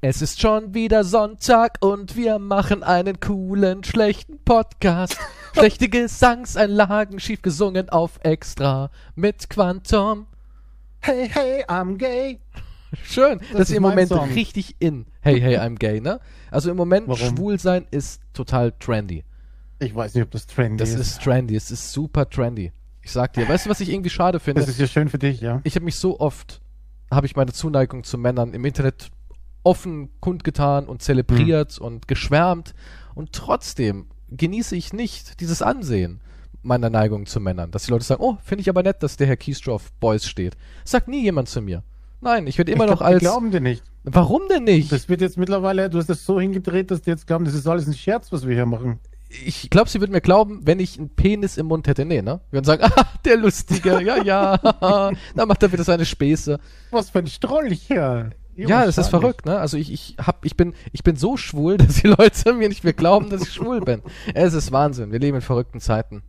Es ist schon wieder Sonntag und wir machen einen coolen, schlechten Podcast. Schlechte Gesangseinlagen, schief gesungen auf extra mit Quantum. Hey, hey, I'm gay. Schön, das, ist ist im mein Moment Song. richtig in. Hey, hey, I'm gay, ne? Also im Moment, Warum? schwul sein ist total trendy. Ich weiß nicht, ob das trendy Das ist. ist trendy, es ist super trendy. Ich sag dir, weißt du, was ich irgendwie schade finde? das ist ja schön für dich, ja. ich habe mich so oft, habe ich meine Zuneigung zu Männern im Internet offen kundgetan und zelebriert Hm. und geschwärmt und trotzdem genieße ich nicht dieses Ansehen meiner Neigung zu Männern, dass die Leute sagen, oh, finde ich aber nett, dass der Herr Keystra auf Boys steht. Das sagt nie jemand zu mir. Nein, ich werde immer ich noch glaub, als... Die glauben dir nicht. Warum denn nicht? Das wird jetzt mittlerweile, du hast das so hingedreht, dass die jetzt glauben, das ist alles ein Scherz, was wir hier machen. ich glaube, sie würden mir glauben, wenn ich einen Penis im Mund hätte. Nee, ne? Wir würden sagen, ah, der Lustige, ja, ja, dann macht er wieder seine Späße. Was für ein Stroll hier. Ja, das ist verrückt, ne? Also ich, ich hab, ich bin, ich bin so schwul, dass die Leute mir nicht mehr glauben, dass ich schwul bin. Es ist Wahnsinn. Wir leben in verrückten Zeiten.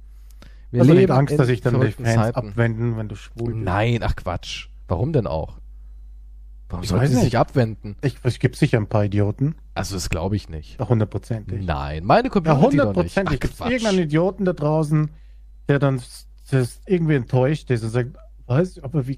Wir Wir also nicht leben Angst, dass sich dann die verrückten Fans abwenden, wenn du schwul bist. Nein, ach Quatsch. Warum denn auch? Warum Ich sollten weiß sie sich nicht. abwenden? Ich, es gibt sicher ein paar Idioten. Also das glaube ich nicht. Ja, Hundertprozentig. Nein, meine Ja, Community doch nicht. Ach, hundertprozentig. Gibt es Quatsch. irgendeinen Idioten da draußen, der dann s- s- irgendwie enttäuscht ist und sagt, was, aber wie,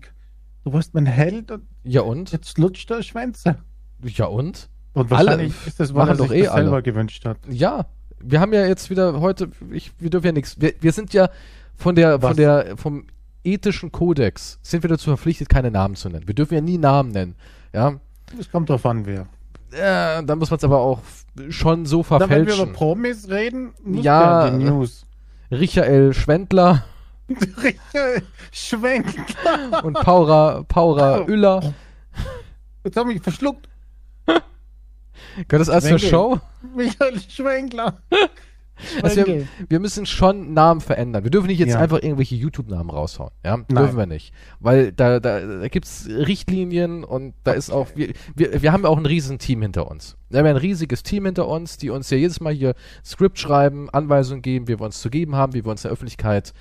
du warst mein Held und Ja und? jetzt lutscht er Schwänze. Ja und? Und Alle wahrscheinlich ist das, weil machen er sich doch eh das selber alle. gewünscht hat. Ja, wir haben ja jetzt wieder heute, ich, wir dürfen ja nichts. Wir, wir sind ja von der, von Was? der, vom ethischen Kodex sind wir dazu verpflichtet, keine Namen zu nennen. Wir dürfen ja nie Namen nennen. Ja, Es kommt drauf an, wer. äh, dann muss man es aber auch schon so Dann, wenn wir verfälschen. über Promis reden, muss Ja. der die News. Michael Schwendler Richard Schwenk. und Paura, Paura Üller. Jetzt habe ich verschluckt. Gehört das alles zur Schwenkel. Show? Michael Schwenkler. Also wir, wir müssen schon Namen verändern. Wir dürfen nicht jetzt Ja. einfach irgendwelche YouTube-Namen raushauen. Ja, Nein. dürfen wir nicht. Weil da, da, da gibt's Richtlinien und da ist auch, wir, wir, wir haben ja auch ein riesen Team hinter uns. Wir haben ja ein riesiges Team hinter uns, die uns ja jedes Mal hier Skript schreiben, Anweisungen geben, wie wir uns zu geben haben, wie wir uns in der Öffentlichkeit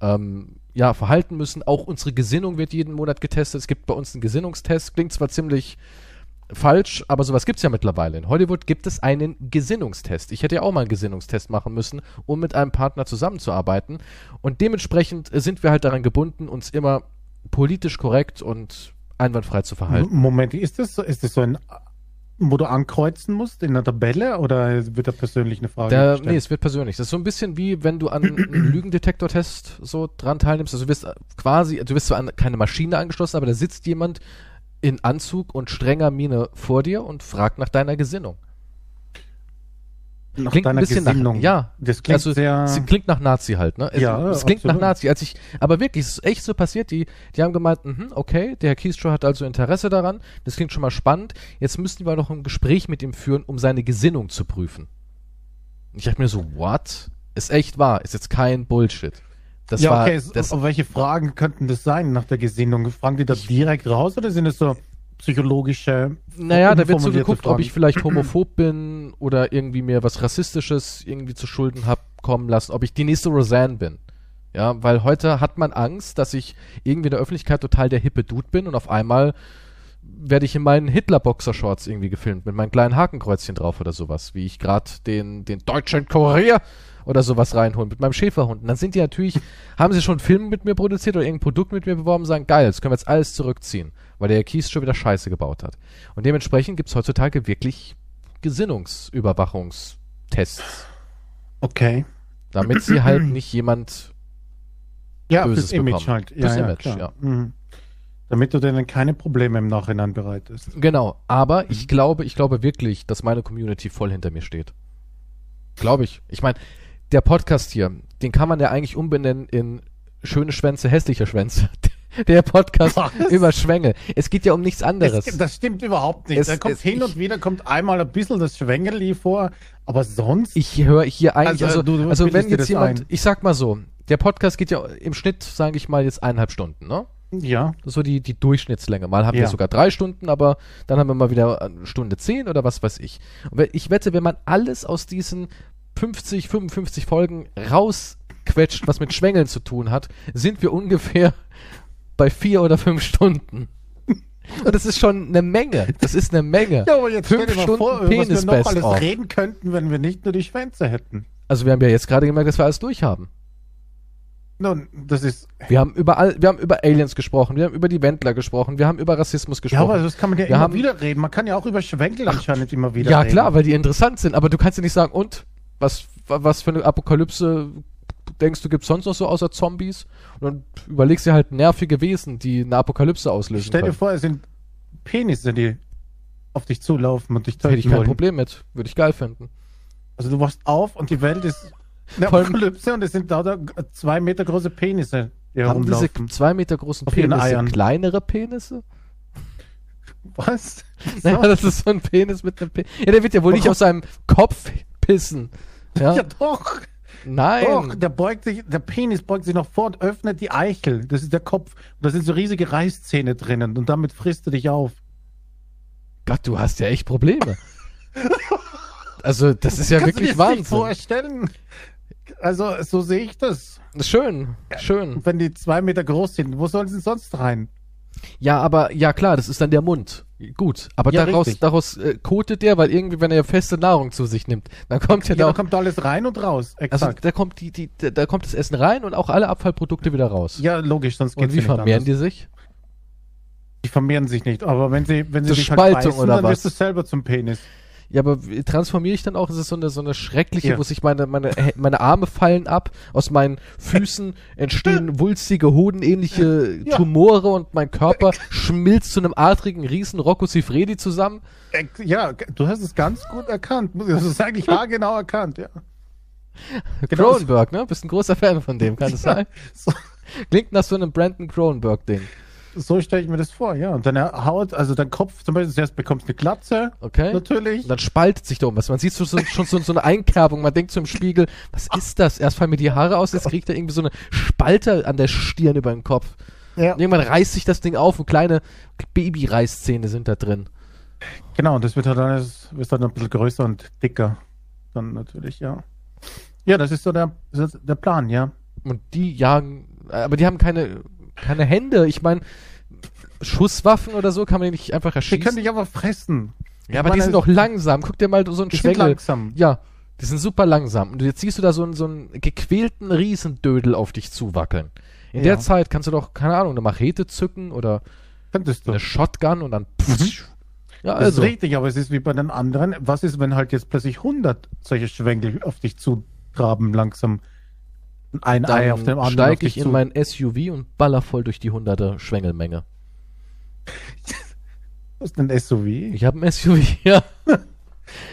ähm, ja, verhalten müssen. Auch unsere Gesinnung wird jeden Monat getestet. Es gibt bei uns einen Gesinnungstest. Klingt zwar ziemlich falsch, aber sowas gibt's ja mittlerweile. In Hollywood gibt es einen Gesinnungstest. Ich hätte ja auch mal einen Gesinnungstest machen müssen, um mit einem Partner zusammenzuarbeiten. Und dementsprechend äh, sind wir halt daran gebunden, uns immer politisch korrekt und einwandfrei zu verhalten. Halt. Moment, ist das so, ist das so ein, wo du ankreuzen musst in einer Tabelle oder wird da persönlich eine Frage Da, gestellt? nee, es wird persönlich. Das ist so ein bisschen wie, wenn du an einem Lügendetektor-Test so dran teilnimmst. Also du wirst äh, quasi, du wirst zwar an keine Maschine angeschlossen, aber da sitzt jemand in Anzug und strenger Miene vor dir und fragt nach deiner Gesinnung. nach klingt ein bisschen nach- Gesinnung. ja. Das klingt also, sehr. es klingt nach Nazi halt, ne? Es, Ähm, Ja, es klingt nach absolut. Nazi. Als ich, aber wirklich, es ist echt so passiert. Die, die haben gemeint, mhm, okay, der Herr Kiestrow hat also Interesse daran. Das klingt schon mal spannend. Jetzt müssten wir noch ein Gespräch mit ihm führen, um seine Gesinnung zu prüfen. Und ich dachte mir so, what? Ist echt wahr. Ist jetzt kein Bullshit. Das ja, war, okay. so- das, aber welche Fragen könnten das sein nach der Gesinnung? Fragen die da direkt raus oder sind es so psychologische? naja, da wird so umformulierte geguckt, ob Fragen? ich vielleicht homophob bin oder irgendwie mir was Rassistisches irgendwie zu Schulden hab kommen lassen, ob ich die nächste Roseanne bin. Ja, weil heute hat man Angst, dass ich irgendwie in der Öffentlichkeit total der hippe Dude bin und auf einmal werde ich in meinen Hitler-Boxershorts irgendwie gefilmt, mit meinen kleinen Hakenkreuzchen drauf oder sowas, wie ich gerade den, den deutschen Kurier oder sowas reinholen, mit meinem Schäferhund. Und dann sind die natürlich, haben sie schon einen Film mit mir produziert oder irgendein Produkt mit mir beworben und sagen, geil, das können wir jetzt alles zurückziehen, weil der Herr Kies schon wieder Scheiße gebaut hat. Und dementsprechend gibt es heutzutage wirklich Gesinnungsüberwachungstests, Okay. damit sie halt nicht jemand Ja, Böses fürs Image bekommen. halt. Ja, Fürs ja, Image, klar. ja. Mhm. Damit du denen keine Probleme im Nachhinein bereitest. Genau, aber Mhm. ich glaube, ich glaube wirklich, dass meine Community voll hinter mir steht. Glaube ich. Ich meine, der Podcast hier, den kann man ja eigentlich umbenennen in schöne Schwänze, hässliche Schwänze. Der Podcast Was? über Schwänge. Es geht ja um nichts anderes. Es- das stimmt überhaupt nicht. Es- da kommt es- hin ich- und wieder kommt einmal ein bisschen das Schwängeli vor, aber sonst ich höre hier eigentlich, also, Also, du- du also, bildest wenn dir jetzt das jemand, ein. ich sag mal so, der Podcast geht ja im Schnitt, sage ich mal, jetzt eineinhalb Stunden, ne? ja, Das ist so die, die Durchschnittslänge. Mal haben wir Ja. sogar drei Stunden, aber dann haben wir mal wieder eine Stunde zehn oder was weiß ich. Und we- ich wette, wenn man alles aus diesen 50, 55 Folgen rausquetscht, was mit Schwängeln zu tun hat, sind wir ungefähr bei vier oder fünf Stunden. Und das ist schon eine Menge. Das ist eine Menge. Ja, aber jetzt Fünf stell dir mal Stunden vor, über was wir noch Penis-Best alles auf. reden könnten, wenn wir nicht nur die Schwänze hätten. Also wir haben ja jetzt gerade gemerkt, dass wir alles durchhaben. Nun, das ist. Wir haben über all, wir haben über Aliens gesprochen, wir haben über die Wendler gesprochen, wir haben über Rassismus Ja, gesprochen. aber das kann man ja Wir immer haben- wieder reden. Man kann ja auch über Schwenkel anscheinend immer wieder Ja, reden. klar, weil die interessant sind, aber du kannst ja nicht sagen, und was, wa- was für eine Apokalypse denkst du, gibt's sonst noch so außer Zombies? Und dann überlegst dir halt nervige Wesen, die eine Apokalypse auslösen. Stell dir können. vor, es sind Penisse, die auf dich zulaufen und dich Hätte ich töten kein wollen. Problem mit. Würde ich geil finden. Also du wachst auf und die Welt ist eine Voll- Apokalypse und es sind lauter g- zwei Meter große Penisse, die Haben diese herumlaufen. zwei Meter großen Auf ihren Penisse Eiern. kleinere Penisse? Was? Naja, das ist so ein Penis mit einem Penis. Ja, der wird ja wohl nicht Warum? aus seinem Kopf pissen. Ja, Ja, doch. nein. Doch, der beugt sich, der Penis beugt sich nach vor und öffnet die Eichel. Das ist der Kopf. Und da sind so riesige Reißzähne drinnen und damit frisst er dich auf. Gott, du hast ja echt Probleme. Also, das ist ja Kannst du dir wirklich das Wahnsinn. nicht vorstellen? Also, so sehe ich das. Schön, schön. Und wenn die zwei Meter groß sind, wo sollen sie denn sonst rein? Ja, aber ja klar, das ist dann der Mund. Gut, aber Ja, daraus, richtig. daraus äh, kotet der, weil irgendwie, wenn er feste Nahrung zu sich nimmt, dann kommt ja, Ja, da da, kommt alles rein und raus. Exakt. also da kommt die, die, da kommt das Essen rein und auch alle Abfallprodukte wieder raus. ja, logisch, sonst und geht's wie ja nicht vermehren anders. die sich? Die vermehren sich nicht, aber wenn sie, wenn sie Durch dich halt Spaltung oder dann was? wirst du selber zum Penis. Ja, aber wie- transformiere ich dann auch? Ist es so eine, so eine schreckliche, Ja. wo sich meine, meine, Hä- meine Arme fallen ab, aus meinen Füßen entstehen wulstige, hodenähnliche Ja. Tumore und mein Körper schmilzt zu einem adrigen Riesen Rocco Sifredi zusammen? Ex- Äh, Ja, g- du hast es ganz gut erkannt, muss ich so sagen. Ich war genau erkannt, ja. Genau. Cronenberg, ne? Bist ein großer Fan von dem, kann es sein? So, Klingt nach so einem Brandon Cronenberg-Ding. so stelle ich mir das vor, ja. Und deine Haut, also dein Kopf zum Beispiel, zuerst bekommst du eine Glatze, Okay? natürlich. Und dann spaltet sich da um was. Man sieht so, so, schon so, so eine Einkerbung. Man denkt so im Spiegel, was ist das? Erst fallen mir die Haare aus, jetzt kriegt er irgendwie so eine Spalte an der Stirn über den Kopf. Ja. Und irgendwann reißt sich das Ding auf und kleine Baby-Reißzähne sind da drin. Genau, und das wird halt alles, wird dann ein bisschen größer und dicker. Dann natürlich, ja. Ja, das ist so der, das ist der Plan, ja. Und die jagen, äh, aber die haben keine, keine Hände. Ich meine, Schusswaffen oder so kann man die nicht einfach Die können erschießen. dich aber fressen. Ja, aber die meine, sind doch langsam. Guck dir mal so einen Die sind Schwengel. langsam. Ja, die sind super langsam. Und jetzt siehst du da so einen, so einen gequälten Riesendödel auf dich zuwackeln. In Ja. der Zeit kannst du doch, keine Ahnung, eine Machete zücken oder Könntest du. eine Shotgun und dann. Ja, Mhm. Das also. ist richtig, aber es ist wie bei den anderen. Was ist, wenn halt jetzt plötzlich 100 solche Schwenkel auf dich zutraben langsam? Ein Ei auf dem Dann anderen auf steige dich ich in mein SUV und baller voll durch die hunderte Schwengelmenge. Das ist ein SUV. Ich habe ein SUV, ja.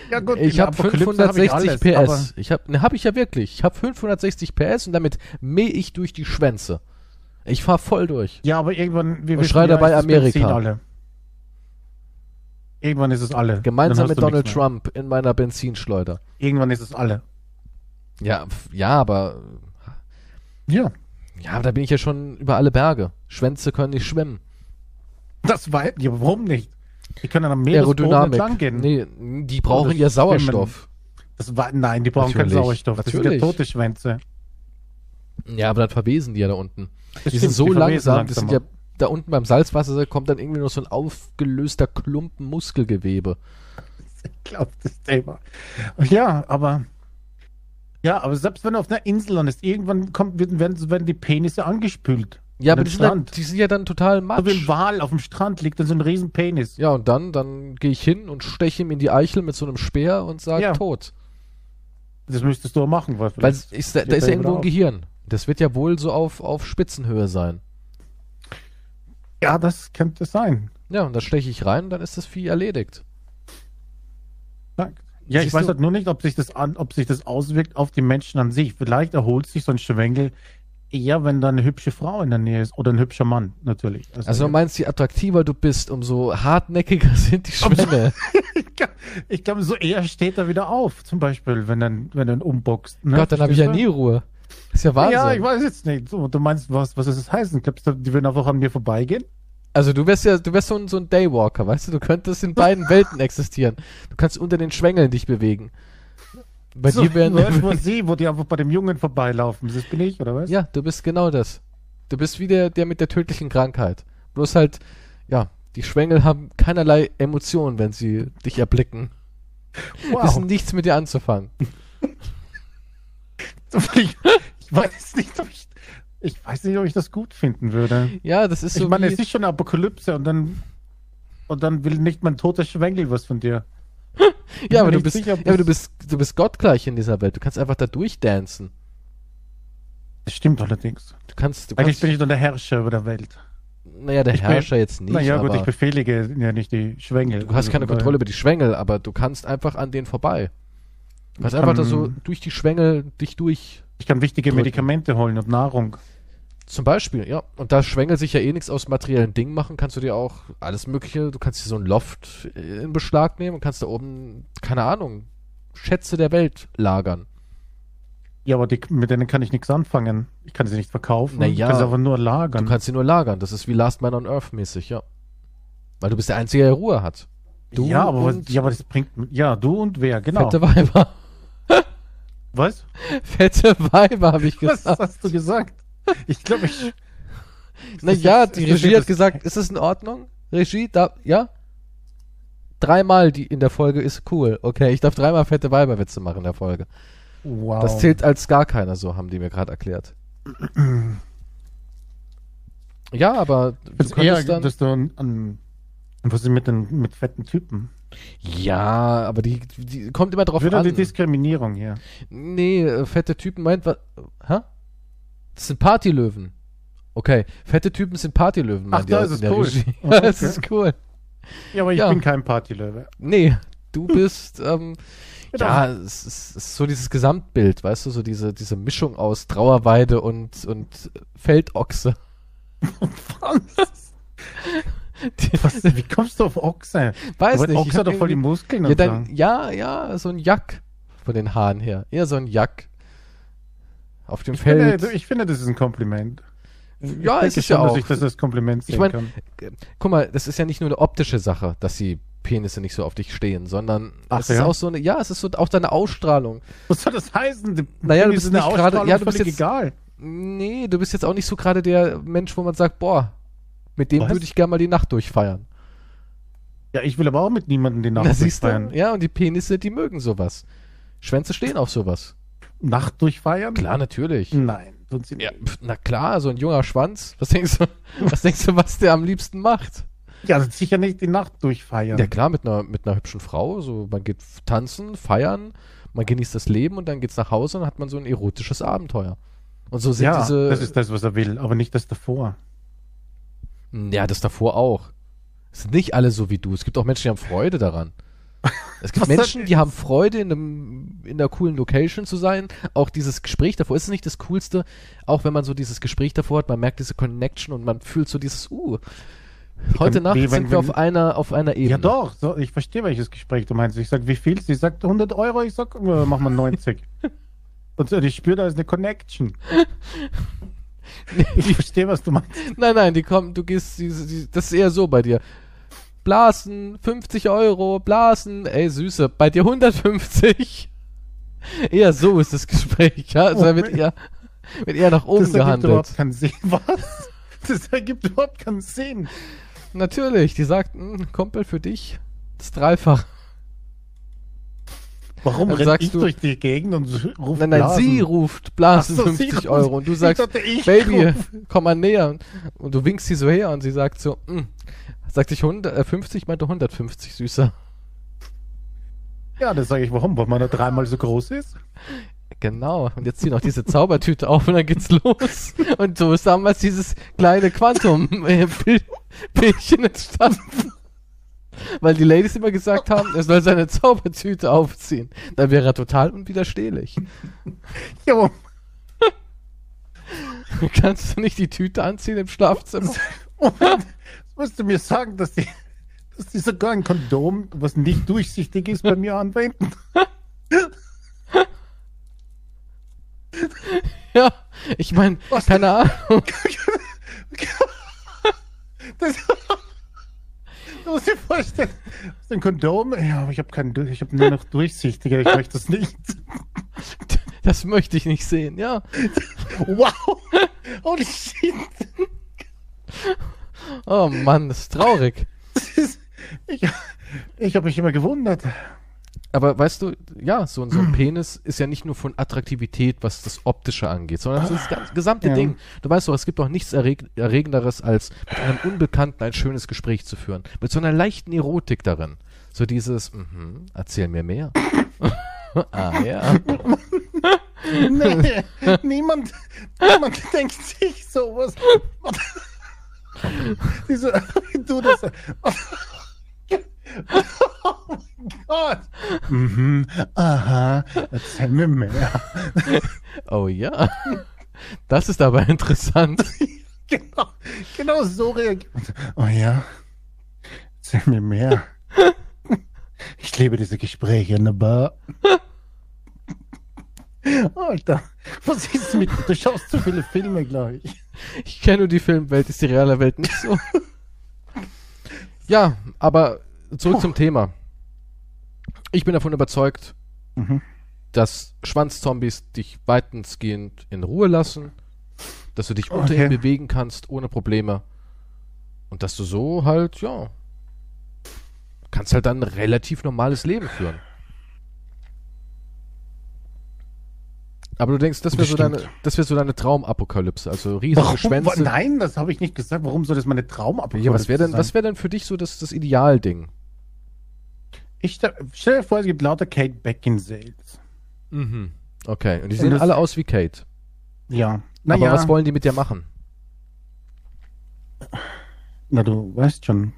Ja gut, Ich in der habe Apokalypse hab 560 alles, aber- PS. Ich habe, ne, habe ich ja wirklich. Ich habe 560 PS und damit mäh ich durch die Schwänze. Ich fahr voll durch. Ja, aber irgendwann... Wir Und schrei ja, dabei ist das Amerika. Benzin alle. Irgendwann ist es alle. Gemeinsam Dann hast mit du Donald nichts mehr. Trump in meiner Benzinschleuder. Irgendwann ist es alle. Ja, f- ja, aber Ja, ja, aber da bin ich ja schon über alle Berge. Schwänze können nicht schwimmen. das war... Ja, warum nicht? Die können am Meeresboden entlang Aerodynamik. gehen. Nee, die brauchen Oder ja Sauerstoff. Das war, nein, die brauchen keinen Natürlich, Sauerstoff. Das sind ja natürlich. tote Schwänze. Ja, aber dann verwesen die ja da unten. Das die stimmt, sind so die verwesen langsam, die sind ja langsamer. da unten beim Salzwasser da kommt dann irgendwie noch so ein aufgelöster Klumpen Muskelgewebe. glaube, das Thema. Ja, aber. Ja, aber selbst wenn du auf einer Insel landest, irgendwann kommt, werden, werden werden die Penisse angespült. Ja, An aber den die sind, dann, Strand. die sind ja dann total So wie ein matsch. Wal auf dem Strand liegt dann so ein riesen Penis. Ja, und dann, dann gehe ich hin und steche ihm in die Eichel mit so einem Speer und sage Ja. tot. Das müsstest du auch machen, weil Weil es vielleicht- ist, da, steht da ist da ja irgendwo jemand ein auf. Gehirn. Das wird ja wohl so auf, auf Spitzenhöhe sein. Ja, das könnte sein. Ja, und da steche ich rein und dann ist das Vieh erledigt. Ja, Ja, ich Siehst weiß du- halt nur nicht, ob sich, das an, ob sich das auswirkt auf die Menschen an sich. Vielleicht erholt sich so ein Schwengel eher, wenn da eine hübsche Frau in der Nähe ist. Oder ein hübscher Mann, natürlich. Also du meinst, je attraktiver du bist, umso hartnäckiger sind die Schwämme. Ich glaub- Ich glaube, so eher steht er wieder auf, zum Beispiel, wenn dann, wenn dann umboxt. Ne? Gott, dann habe ich ja Verstehst nie du? Ruhe. Ist ja Wahnsinn. Ja, ich weiß jetzt nicht. So, du meinst, was, was ist das heißen? Glaubst du, die würden einfach an mir vorbeigehen? Also du wärst ja, du wärst so ein, so ein Daywalker, weißt du? Du könntest in beiden Welten existieren. Du kannst unter den Schwängeln dich bewegen. Bei so, dir World wären War Z, wo die einfach bei dem Jungen vorbeilaufen. Das bin ich, oder was? ja, du bist genau das. Du bist wie der, der mit der tödlichen Krankheit. Bloß halt, ja, Die Schwengel haben keinerlei Emotionen, wenn sie dich erblicken. Wow. Wissen nichts mit dir anzufangen. ich, ich weiß nicht, ob ich, ich weiß nicht, ob ich das gut finden würde. Ja, das ist so ich meine, wie, es ist schon Apokalypse und dann und dann will nicht mein toter Schwengel was von dir. ja, aber du bin nicht bist, sicher, ob ja, aber du das- bist, du bist gottgleich in dieser Welt. Du kannst einfach da durchdancen. Das stimmt allerdings. Du kannst, du Eigentlich kannst, bin ich dann der Herrscher über der Welt. naja, der ich bin- Herrscher jetzt nicht, naja, gut, aber ich befehlige ja nicht die Schwengel. du hast Also keine von daher- Kontrolle über die Schwengel, aber du kannst einfach an denen vorbei. Du kannst Ich einfach da kann- so durch die Schwengel dich durch. Ich kann wichtige drücken. Medikamente holen und Nahrung. Zum Beispiel, ja. Und da Schwengel sich ja eh nichts aus materiellen Dingen machen, kannst du dir auch alles Mögliche, du kannst dir so ein Loft äh, in Beschlag nehmen und kannst da oben, keine Ahnung, Schätze der Welt lagern. Ja, aber die, mit denen kann ich nichts anfangen. Ich kann sie nicht verkaufen. Na ich ja. kann sie aber nur lagern. Du kannst sie nur lagern. Das ist wie Last Man on Earth mäßig, ja. Weil du bist der Einzige, der Ruhe hat. Du ja, aber, und ja, aber das bringt. Ja, du und wer, genau. fette Weiber. Was? Fette Weiber, habe ich Was gesagt. hast du gesagt? Ich glaube, ich. das Naja, jetzt- die ist das Regie jetzt hat gesagt, ist es in Ordnung? Regie, da, ja? Dreimal die in der Folge ist cool. Okay, ich darf dreimal fette Weiberwitze machen in der Folge. Wow. Das zählt als gar keiner, so haben die mir gerade erklärt. ja, aber du Das ist Also eher, könntest dann. dass du an, an, was ist mit den mit fetten Typen? ja, aber die, die kommt immer drauf Wieder an. die Diskriminierung hier. Nee, äh, fette Typen meint was. Hä? Das sind Partylöwen. Okay, fette Typen sind Partylöwen. Ach, meint da die ist es in der cool. Regie. Oh, Ja, das okay. ist cool. Ja, aber ich Ja. bin kein Partylöwe. Nee, du bist. Ähm, Genau. ja, es ist, es ist so dieses Gesamtbild, weißt du, so diese, diese Mischung aus Trauerweide und, und Feldochse. Was? was? Wie kommst du auf Ochse? Weiß aber nicht. ich Ochse hab hat doch voll die irgendwie- Muskeln ja, und dann, so. ja, ja, so ein Jack von den Haaren her. Eher so ein Jack. Auf dem Ich Feld. finde, ich finde, das ist ein Kompliment. Ich Ja, denke es ist schon, ja dass auch. ich das als Kompliment Ich sehen mein- kann. Guck mal, das ist ja nicht nur eine optische Sache, dass die Penisse nicht so auf dich stehen, sondern Ach es ist ja? auch so eine, ja, es ist so auch deine Ausstrahlung. Was soll das heißen? Die- Naja, du mir bist ist eine nicht gerade- Ausstrahlung ja, du bist völlig jetzt- egal. Nee, du bist jetzt auch nicht so gerade der Mensch, wo man sagt, boah, mit dem Was? würde ich gerne mal die Nacht durchfeiern. Ja, ich will aber auch mit niemandem die Nacht Na, siehst du? durchfeiern. Ja, und die Penisse, die mögen sowas. Schwänze stehen auf sowas. Nacht durchfeiern? Klar, natürlich. Nein, tun sie Ja, nicht. pf, na klar, so ein junger Schwanz. Was denkst du, was denkst du, was der am liebsten macht? Ja, also sicher nicht die Nacht durchfeiern. Ja klar, mit einer, mit einer hübschen Frau. So, man geht f- tanzen, feiern, man genießt das Leben und dann geht's nach Hause und hat man so ein erotisches Abenteuer. Und so sind ja, diese. das ist das, was er will, aber nicht das davor. Hm, ja, das davor auch. Es sind nicht alle so wie du. Es gibt auch Menschen, die haben Freude daran. Es gibt Was soll Menschen, die haben Freude, in, einem, in einer coolen Location zu sein. Auch dieses Gespräch davor ist es nicht das Coolste, auch wenn man so dieses Gespräch davor hat, man merkt diese Connection und man fühlt so dieses, uh, heute Wie Nacht wenn- sind wir wenn- auf einer, auf einer Ebene. Ja doch, so, ich verstehe, welches Gespräch du meinst. Ich sag, wie viel? Sie sagt 100 Euro, ich sag, äh, mach mal 90. Und so, ich spüre, da ist eine Connection. Ich verstehe, was du meinst. Nein, nein, die kommen, du gehst, die, die, das ist eher so bei dir. Blasen, 50 Euro, Blasen, ey Süße, bei dir 150. Eher so ist das Gespräch, ja. Also da wird Moment. eher, wird eher nach oben das ergibt überhaupt gehandelt. keinen Sinn. Was? Das ergibt überhaupt keinen Sinn. Natürlich, die sagt, "Hm, Kumpel, für dich das Dreifach. Warum Dann renn sagst ich du- durch die Gegend und rufe Nein, nein, Blasen? sie ruft Blasen Ach so, sie 50 ruft. Euro und du Ich sagst, dachte, ich Baby, rufe. komm mal näher. Und du winkst sie so her und sie sagt so, "Hm." sagt sich 100, äh, 50, meinte 150, Süßer. Ja, das sage ich, warum? Weil man da dreimal so groß ist? Genau, und jetzt zieh noch diese Zaubertüte auf und dann geht's los. Und so ist damals dieses kleine Quantum-Bildchen entstanden. Weil die Ladies immer gesagt haben, er soll seine Zaubertüte aufziehen. Dann wäre er total unwiderstehlich. Jo. Kannst du nicht die Tüte anziehen im Schlafzimmer? Moment, jetzt musst du mir sagen, dass die, dass die sogar ein Kondom, was nicht durchsichtig ist, bei mir anwenden? Ja, ich meine, Was? keine Ahnung. Das, du musst dir vorstellen, das ist ein Kondom, ja, aber ich habe keinen, durch- ich habe nur noch durchsichtiger, ich möchte das nicht. Das möchte ich nicht sehen, ja. Wow! Holy shit! Oh Mann, das ist traurig. Ich, ich habe mich immer gewundert. Aber weißt du, ja, so, so ein Penis ist ja nicht nur von Attraktivität, was das Optische angeht, sondern das, ist das ganze- gesamte Ja. Ding. Du weißt doch, es gibt doch nichts Erreg Erregenderes, als mit einem Unbekannten ein schönes Gespräch zu führen. Mit so einer leichten Erotik darin. So dieses, mhm, erzähl mir mehr. ah, ja. Nee, niemand, niemand denkt sich sowas. Diese, wie du das. Oh mein Gott. Mhm, aha, erzähl mir mehr. Oh ja. Das ist aber interessant. Genau, genau so reagiert. Oh ja, erzähl mir mehr. Ich liebe diese Gespräche ne, in der Bar. Alter, was ist mit dir? Du schaust zu viele Filme gleich. Ich kenne nur die Filmwelt, ist die reale Welt nicht so. ja, aber zurück zum Thema. Ich bin davon überzeugt, Mhm. dass Schwanzzombies dich weitensgehend in Ruhe lassen, dass du dich unter ihnen Okay. bewegen kannst ohne Probleme und dass du so halt, ja, kannst halt dann ein relativ normales Leben führen. Aber du denkst, das wäre Das so, deine- stimmt. das wär so deine Traumapokalypse, also riesige Schwänze. Nein, das habe ich nicht gesagt. Warum soll das meine Traumapokalypse Ja, was wäre denn, sein? was wär denn für dich so das, das Idealding? Ich stell, stell dir vor, es gibt lauter Kate Beckinsales. Mhm. Okay, und die Und sehen das- alle aus wie Kate. Ja. Aber Naja, was wollen die mit dir machen? na du weißt schon.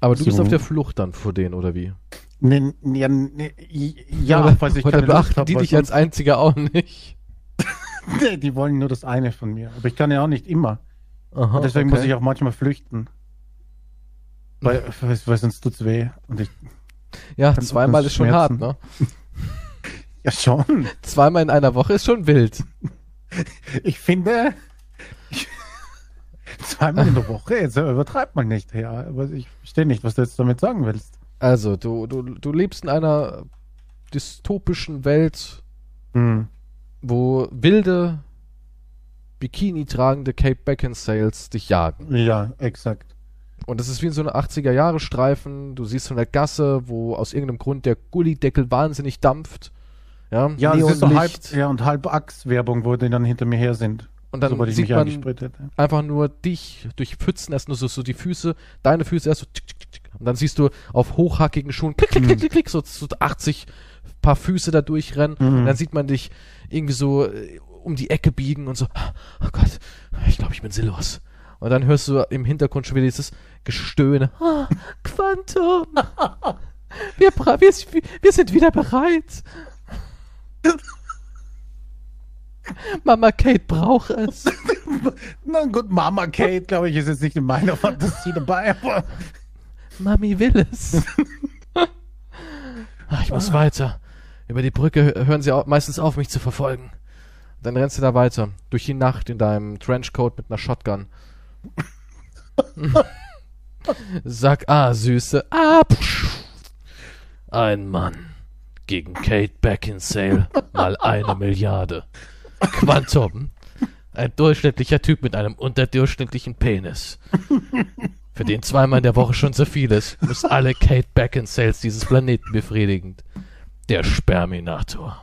Aber du bist So. auf der Flucht dann vor denen, oder wie? Nee, nee, nee, ja, oder, falls ich oder keine Lust beachten hab, die weil dich als einziger auch nicht. sonst- Nee, die wollen nur das eine von mir. Aber ich kann ja auch nicht immer. Aha, Und deswegen muss ich auch manchmal flüchten. Weil, weil weil sonst tut's weh. Und ich, Ja, kann auch zweimal das ist schon hart, schmerzen. ne? ja schon. Zweimal in einer Woche ist schon wild. Ich finde, zweimal in der Woche, jetzt übertreibt man nicht. Ja, aber ich verstehe nicht, was du jetzt damit sagen willst. Also, du, du, du lebst in einer dystopischen Welt, Hm. wo wilde, Bikini-tragende Cape Beckinsales dich jagen. Ja, exakt. Und das ist wie in so einer 80er-Jahre-Streifen. Du siehst so eine Gasse, wo aus irgendeinem Grund der Gullideckel wahnsinnig dampft. Ja, Ja, das ist so halb, Neonlicht. ja, und halb Achswerbung, wo die dann hinter mir her sind, Und sobald dann ich sieht mich man angespritzt hätte. einfach nur dich durch Pfützen, erst nur so, so die Füße, deine Füße erst so tick, tick, tick, tick. Und dann siehst du auf hochhackigen Schuhen klick, klick, Mhm. klick, klick, klick, so, so 80 paar Füße da durchrennen. Mhm. Und dann sieht man dich irgendwie so äh, um die Ecke biegen und so, oh Gott, ich glaube, ich bin sinnlos. Und dann hörst du im Hintergrund schon wieder dieses Gestöhne. Ah, Quantum! Wir, bra- wir, wir sind wieder bereit! Mama Kate braucht es. Na gut, Mama Kate, glaube ich, ist jetzt nicht in meiner Fantasie dabei, aber Mami will es. ah, ich muss weiter. Über die Brücke hö- hören sie au- meistens auf, mich zu verfolgen. Dann rennst du da weiter. Durch die Nacht in deinem Trenchcoat mit einer Shotgun. Sag ah, Süße. Ah, psch. Ein Mann gegen Kate Beckinsale mal eine Milliarde. Quantum. Ein durchschnittlicher Typ mit einem unterdurchschnittlichen Penis für den zweimal in der Woche schon zu viel ist, muss alle Kate Beckinsales dieses Planeten befriedigen. Der Sperminator.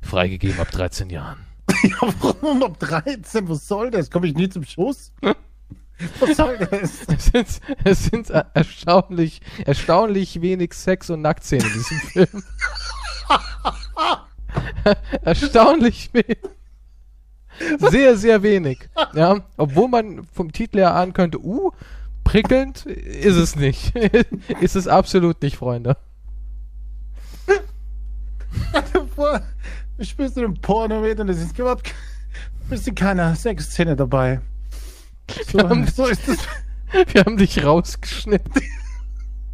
Freigegeben ab 13 Jahren. ja, warum um 13? Was soll das? Komme ich nie zum Schuss? Was soll das? Es sind, es sind er- erstaunlich, erstaunlich wenig Sex und Nacktszenen in diesem Film. erstaunlich wenig. Sehr, sehr wenig. Ja, obwohl man vom Titel her ahnen könnte, uh, prickelnd ist es nicht. ist es absolut nicht, Freunde. Davor, du spielst einen Porno mit und es ist überhaupt ke- bist du keiner Sexszene dabei. So, haben- so ist das. Wir haben dich rausgeschnitten.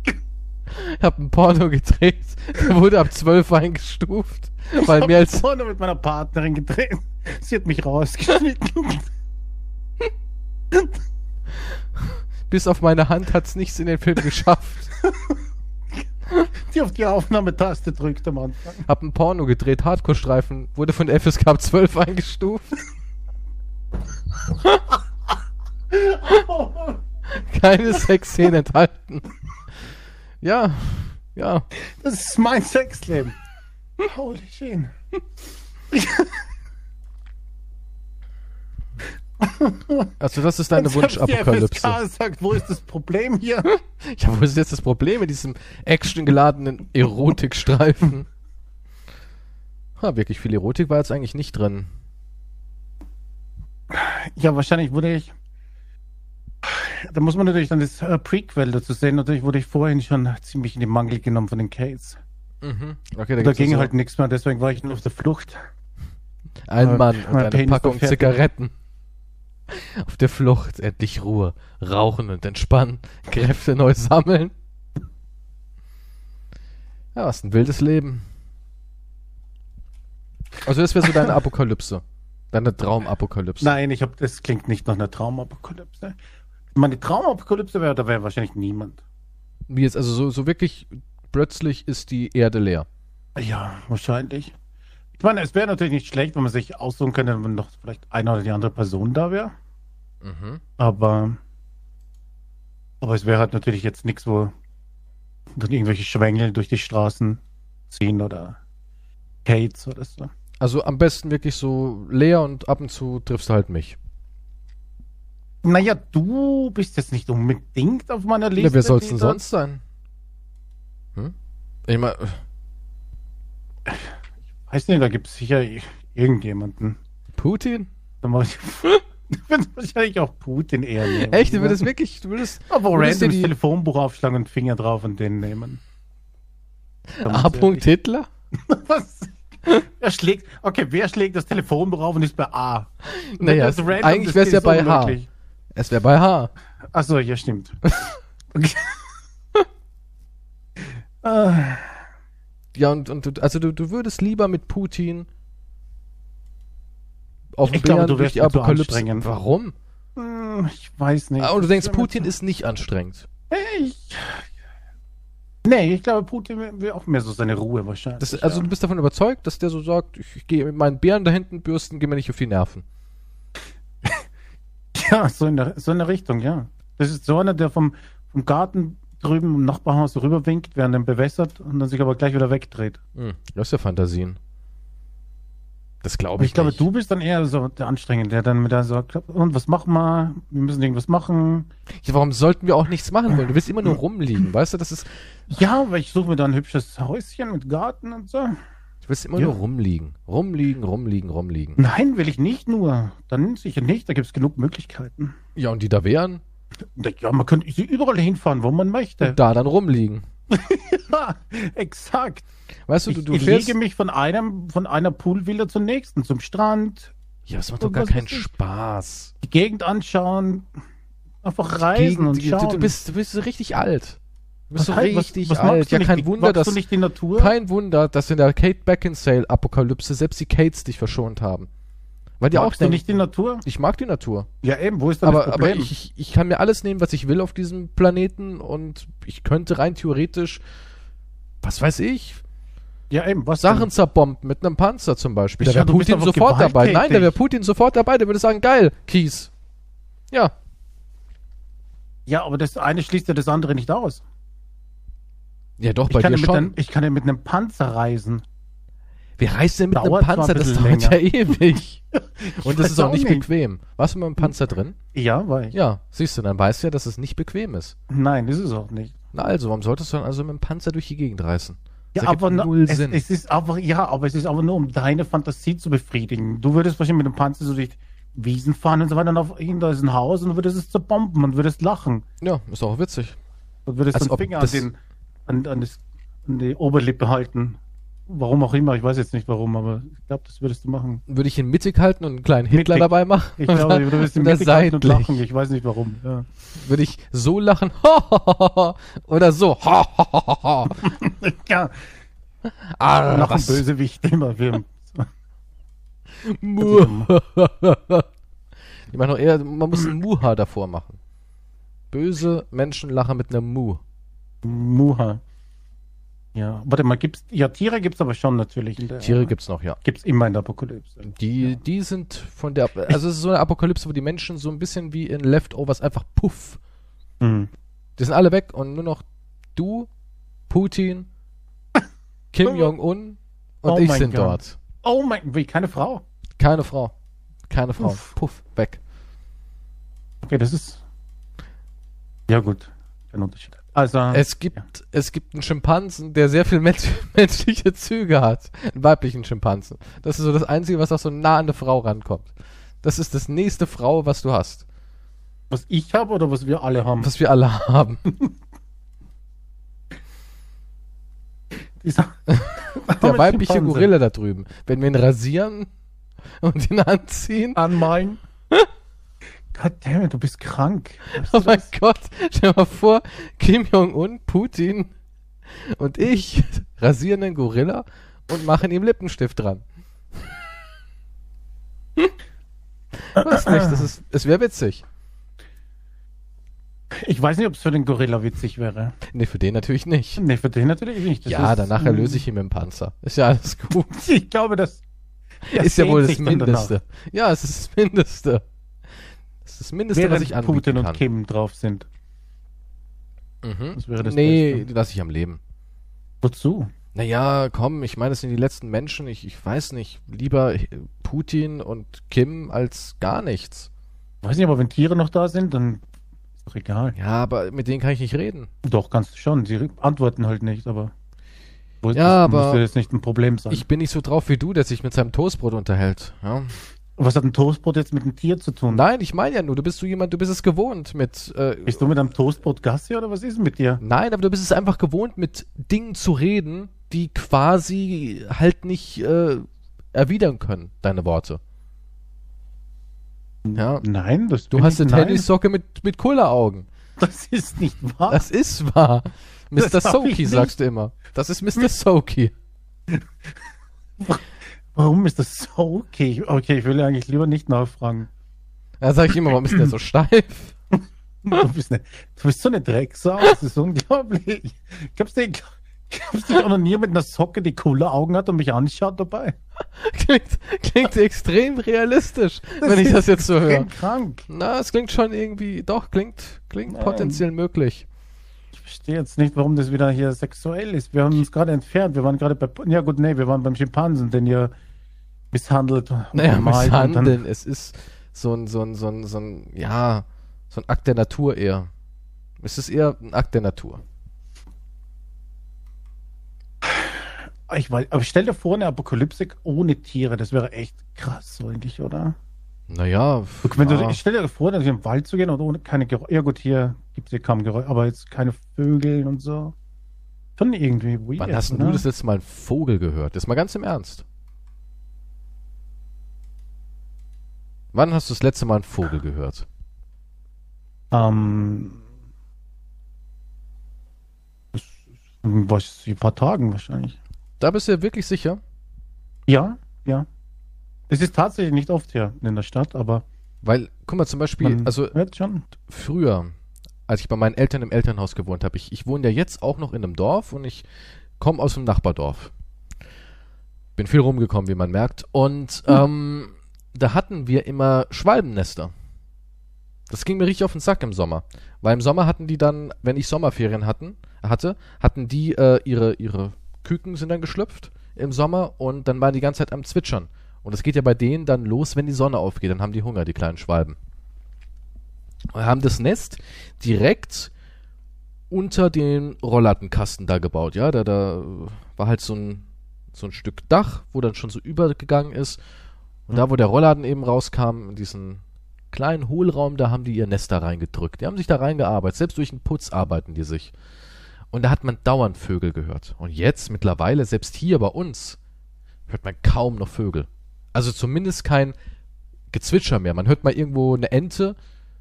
Ich hab ein Porno gedreht. Der wurde ab 12 eingestuft. Weil mehr als. Porno mit meiner Partnerin gedreht. Sie hat mich rausgeschnitten. Bis auf meine Hand hat's nichts in den Film geschafft. Die auf die Aufnahmetaste drückt am Anfang. Hab ein Porno gedreht, Hardcore-Streifen. Wurde von FSK ab 12 eingestuft. Keine Sexszenen enthalten. Ja, ja. Das ist mein Sexleben. Holy shit. Also das ist deine Selbst die Wunschapokalypse. FSK sagt, wo ist das Problem hier? Ja, wo ist jetzt das Problem mit diesem actiongeladenen Erotikstreifen? Ha, wirklich viel Erotik war jetzt eigentlich nicht drin. Ja, wahrscheinlich wurde ich. Da muss man natürlich dann das äh, Prequel dazu sehen. Natürlich wurde ich vorhin schon ziemlich in den Mangel genommen von den Case. Mhm. Okay, Da gibt's ging also halt nichts mehr, deswegen war ich nur auf der Flucht. ein äh, Mann und mein eine Penis Packung verfährt- Zigaretten. Auf der Flucht endlich Ruhe, rauchen und entspannen, Kräfte neu sammeln. Ja, was ein wildes Leben. Also das wäre so deine Apokalypse. Deine Traumapokalypse. Nein, ich habe das klingt nicht nach einer Traumapokalypse. Meine Traumapokalypse wäre, da wäre wahrscheinlich niemand. Wie jetzt, also so, so wirklich plötzlich ist die Erde leer. Ja, wahrscheinlich. Ich meine, es wäre natürlich nicht schlecht, wenn man sich aussuchen könnte, wenn noch vielleicht eine oder die andere Person da wäre. Mhm. Aber, aber es wäre halt natürlich jetzt nichts, wo dann irgendwelche Schwängel durch die Straßen ziehen oder Kates oder so. Also am besten wirklich so leer und ab und zu triffst du halt mich. Naja, du bist jetzt nicht unbedingt auf meiner Liste. Ja, wer soll's die denn da- sonst sein? Hm? Ich mein, Weiß nicht, da gibt es sicher irgendjemanden. Putin? Dann mach ich, wird wahrscheinlich auch Putin eher nehmen. Echt, du würdest wirklich, du würdest Aber du würdest random dir das die- Telefonbuch aufschlagen und Finger drauf und den nehmen. A. Damit- Hitler? Was? Wer schlägt, okay, wer schlägt das Telefonbuch auf und ist bei A? Naja, Das es- random, eigentlich das wär's ja ist bei H. unmöglich. Es wäre bei H. Achso, ja, stimmt. Okay. Ah, Ja, und, und du- also du, du würdest lieber mit Putin auf Ich dem glaube, Bären du durch wärst die mir zu Apokalypse. anstrengend. Warum? hm, ich weiß nicht. Ah, und du denkst, Ich glaub, Putin ist nicht anstrengend. Ich, nee, ich glaube, Putin will- will auch mehr so seine Ruhe wahrscheinlich. Das, also ja. du bist davon überzeugt, dass der so sagt, ich, ich gehe mit meinen Bären da hinten bürsten, geh mir nicht auf die Nerven. ja, so in, der, so in der Richtung, ja. Das ist so einer, der vom, vom Garten drüben im Nachbarhaus rüberwinkt, während er ihn bewässert und dann sich aber gleich wieder wegdreht. Hm, das ist ja Fantasien. Das glaube Aber ich, ich glaube, nicht. du bist dann eher so der Anstrengende, der dann mit der sagt, und was machen wir? Wir müssen irgendwas machen. Ja, warum sollten wir auch nichts machen wollen? Du willst immer nur rumliegen, weißt du? Das ist, Ja, weil ich suche mir da ein hübsches Häuschen mit Garten und so. du willst immer Ja. nur rumliegen. Rumliegen, rumliegen, rumliegen. Nein, will ich nicht nur. Dann sicher nicht, da gibt es genug Möglichkeiten. Ja, und die da wären, Ja, man könnte überall hinfahren, wo man möchte. da dann rumliegen. Ja, exakt. Weißt du, Ich, du, du ich fährst. lege mich von einem, von einer Poolvilla zur nächsten, zum Strand, Ja, das macht Und doch gar was keinen weiß ich. Spaß. die Gegend anschauen, einfach reisen Gegen- und die- schauen. du, du, bist, du bist so richtig alt. Du bist was, so hei- was, richtig was alt. magst du Ja, nicht? kein Wunder, magst dass, du nicht die Natur? kein Wunder, dass in der Kate Beckinsale-Apokalypse selbst die Kates dich verschont haben. Weil die auch magst du denken, nicht die Natur? ich mag die Natur. Ja, eben, wo ist dann Aber, das aber Problem? ich, ich- ich kann mir alles nehmen, was ich will auf diesem Planeten und ich könnte rein theoretisch, was weiß ich, ja, eben, was Sachen zerbomben mit einem Panzer zum Beispiel. Da Ja, wäre du bist Putin aber sofort dabei. Nein, da gewalttätig. wäre Putin sofort dabei. Der würde sagen, geil, Kies. Ja, Denn? Ja, aber das eine schließt ja das andere nicht aus. ja doch, Ich bei kann, dir ja mit schon. einem, ich kann ja mit einem Panzer reisen. Wer reist denn mit einem Dauert zwar ein Panzer? Das bisschen dauert ja ewig. Und das weiß ist auch auch nicht nicht. bequem. Warst du mit einem Panzer drin? Ja, weil ich. Ja, siehst du, dann weißt du ja, dass es nicht bequem ist. Nein, ist es auch nicht. Na also, warum solltest du dann also mit dem Panzer durch die Gegend reißen? Das Ja, ergibt aber, na- null es, Sinn. es ist einfach, ja, aber es ist aber nur, um deine Fantasie zu befriedigen. Du würdest wahrscheinlich mit dem Panzer so durch Wiesen fahren und so weiter, und auf ihn, da ist ein Haus und du würdest es zerbomben und würdest lachen. ja, ist auch witzig. Und würdest Als den ob Finger an, das- den, an, an, das, an die Oberlippe halten. Warum auch immer, ich weiß jetzt nicht warum, aber ich glaube, das würdest du machen. Würde ich ihn mittig halten und einen kleinen Hitler Mittig. dabei machen? Ich glaube, du würdest Oder Mittig halten und seitlich. lachen, ich weiß nicht warum. Ja. Würde ich so lachen? Oder so? Ja, Ah, noch ein was? Bösewicht immer. Wir, Ich meine doch eher, man muss ein Muha davor machen. Böse Menschen lachen mit einem Mu. Muha. Ja, warte mal, gibt's, ja, Tiere gibt's aber schon natürlich. In der, Tiere gibt's noch, ja. gibt's immer in der Apokalypse. Die, die sind von der, also es ist so eine Apokalypse, wo die Menschen so ein bisschen wie in Leftovers einfach puff. Mhm. Die sind alle weg und nur noch du, Putin, Kim Jong-un und Oh ich mein sind Gott. dort. Oh mein, wie, keine Frau. Keine Frau. Keine Frau. Uff. Puff, weg. Okay, das ist. Ja, gut. Kein Unterschied. Also, Es gibt, es gibt einen Schimpansen, der sehr viel mensch menschliche Züge hat. Einen weiblichen Schimpansen. Das ist so das Einzige, was auch so nah an eine Frau rankommt. Das ist das nächste Frau, was du hast. was ich habe oder was wir alle haben? Was wir alle haben. Dieser- Der weibliche Schimpanse. Gorilla da drüben. Wenn wir ihn rasieren und ihn anziehen. Anmalen. Goddammit, du bist krank. Weißt du Oh mein das? Gott, stell dir mal vor, Kim Jong-un, Putin und ich rasieren einen Gorilla und machen ihm Lippenstift dran. Weiß nicht, das ist, es wäre witzig. Ich weiß nicht, ob es für den Gorilla witzig wäre. Nee, für den natürlich nicht. Nee, für den natürlich nicht. Das ja, ist- hm. danach erlöse ich ihn mit dem Panzer. Ist ja alles gut. Ich glaube, das er ist ja wohl sehnt das sich dann danach. Mindeste. Ja, es ist das Mindeste. Das ist das Mindeste, Während was ich anbieten Putin kann. und Kim drauf sind. Mhm. Das wäre das nee, Beste. die lasse ich am Leben. Wozu? Naja, komm, ich meine, es sind die letzten Menschen. Ich, ich weiß nicht. Lieber Putin und Kim als gar nichts. Weiß nicht, aber wenn Tiere noch da sind, dann ist doch egal. Ja, aber mit denen kann ich nicht reden. Doch, kannst du schon. Sie antworten halt nicht, aber. Wo ist Ja, das, aber- Muss ja jetzt nicht ein Problem sein. Ich bin nicht so drauf wie du, der sich mit seinem Toastbrot unterhält. Ja. Was hat ein Toastbrot jetzt mit einem Tier zu tun? Nein, ich meine ja nur, du bist so jemand, du bist es gewohnt mit. Äh, Bist du mit einem Toastbrot Gassi oder was ist denn mit dir? nein, aber du bist es einfach gewohnt, mit Dingen zu reden, die quasi halt nicht äh, erwidern können, deine Worte. Ja. Nein, das Du bin hast ich, eine nein, Tennissocke mit, mit Kulleraugen. Das ist nicht wahr. Das ist wahr. Mr. Ah. Das hab ich Soki nicht. sagst du immer. Das ist Mr. Soki. Warum ist das so okay? Okay, ich will eigentlich lieber nicht nachfragen. Da sag ich immer, warum ist der so steif? Du bist, ne, du bist so eine Drecksau, das ist unglaublich. Glaubst du, glaubst du, ich onaniere mit einer Socke, die coole Augen hat und mich anschaut dabei? Klingt, klingt extrem realistisch, Das wenn ich ist das jetzt so höre. bin krank. Na, es klingt schon irgendwie, doch, klingt, klingt Nein. potenziell möglich. Ich verstehe jetzt nicht, warum das wieder hier sexuell ist. Wir haben uns gerade entfernt. Wir waren gerade bei. Ja, gut, nee, wir waren beim Schimpansen, den ihr misshandelt. und Naja, gemalt und dann- misshandeln, es ist so ein, so ein, so ein, so ein, ja, so ein Akt der Natur eher. Es ist eher ein Akt der Natur. Ah, Ich weiß, aber stell dir vor, eine Apokalypse ohne Tiere, das wäre echt krass, eigentlich, oder? Naja, Wenn du, ja. ich stell dir vor, dass wir im Wald zu gehen und ohne keine Geräusche. Ja, gut, hier gibt es hier kaum Geräusche, aber jetzt keine Vögel und so. Schon irgendwie weird. ne? wann hast denn oder? du das letzte Mal einen Vogel gehört? Jetzt mal ganz im Ernst. Wann hast du das letzte Mal einen Vogel gehört? Ähm, das ist- was, ein paar Tagen wahrscheinlich. Da bist du ja wirklich sicher? Ja, ja. Es ist tatsächlich nicht oft hier in der Stadt, aber Weil, guck mal, zum Beispiel, man also hört schon. früher, als ich bei meinen Eltern im Elternhaus gewohnt habe, ich, ich wohne ja jetzt auch noch in einem Dorf und ich komme aus einem Nachbardorf. Bin viel rumgekommen, wie man merkt. Und ähm, da hatten wir immer Schwalbennester. Das ging mir richtig auf den Sack im Sommer. Weil im Sommer hatten die dann, wenn ich Sommerferien hatten, hatte, hatten die äh, ihre, ihre Küken sind dann geschlüpft im Sommer und dann waren die ganze Zeit am Zwitschern. Und es geht ja bei denen dann los, wenn die Sonne aufgeht. Dann haben die Hunger, die kleinen Schwalben. Und haben das Nest direkt unter den Rollladenkasten da gebaut. Ja, da, da äh, war halt so ein, so ein Stück Dach, wo dann schon so übergegangen ist. Und da, wo der Rollladen eben rauskam, in diesen kleinen Hohlraum, da haben die ihr Nest da reingedrückt. Die haben sich da reingearbeitet. Selbst durch den Putz arbeiten die sich. Und da hat man dauernd Vögel gehört. Und jetzt mittlerweile, selbst hier bei uns, hört man kaum noch Vögel. Also zumindest kein Gezwitscher mehr. Man hört mal irgendwo eine Ente,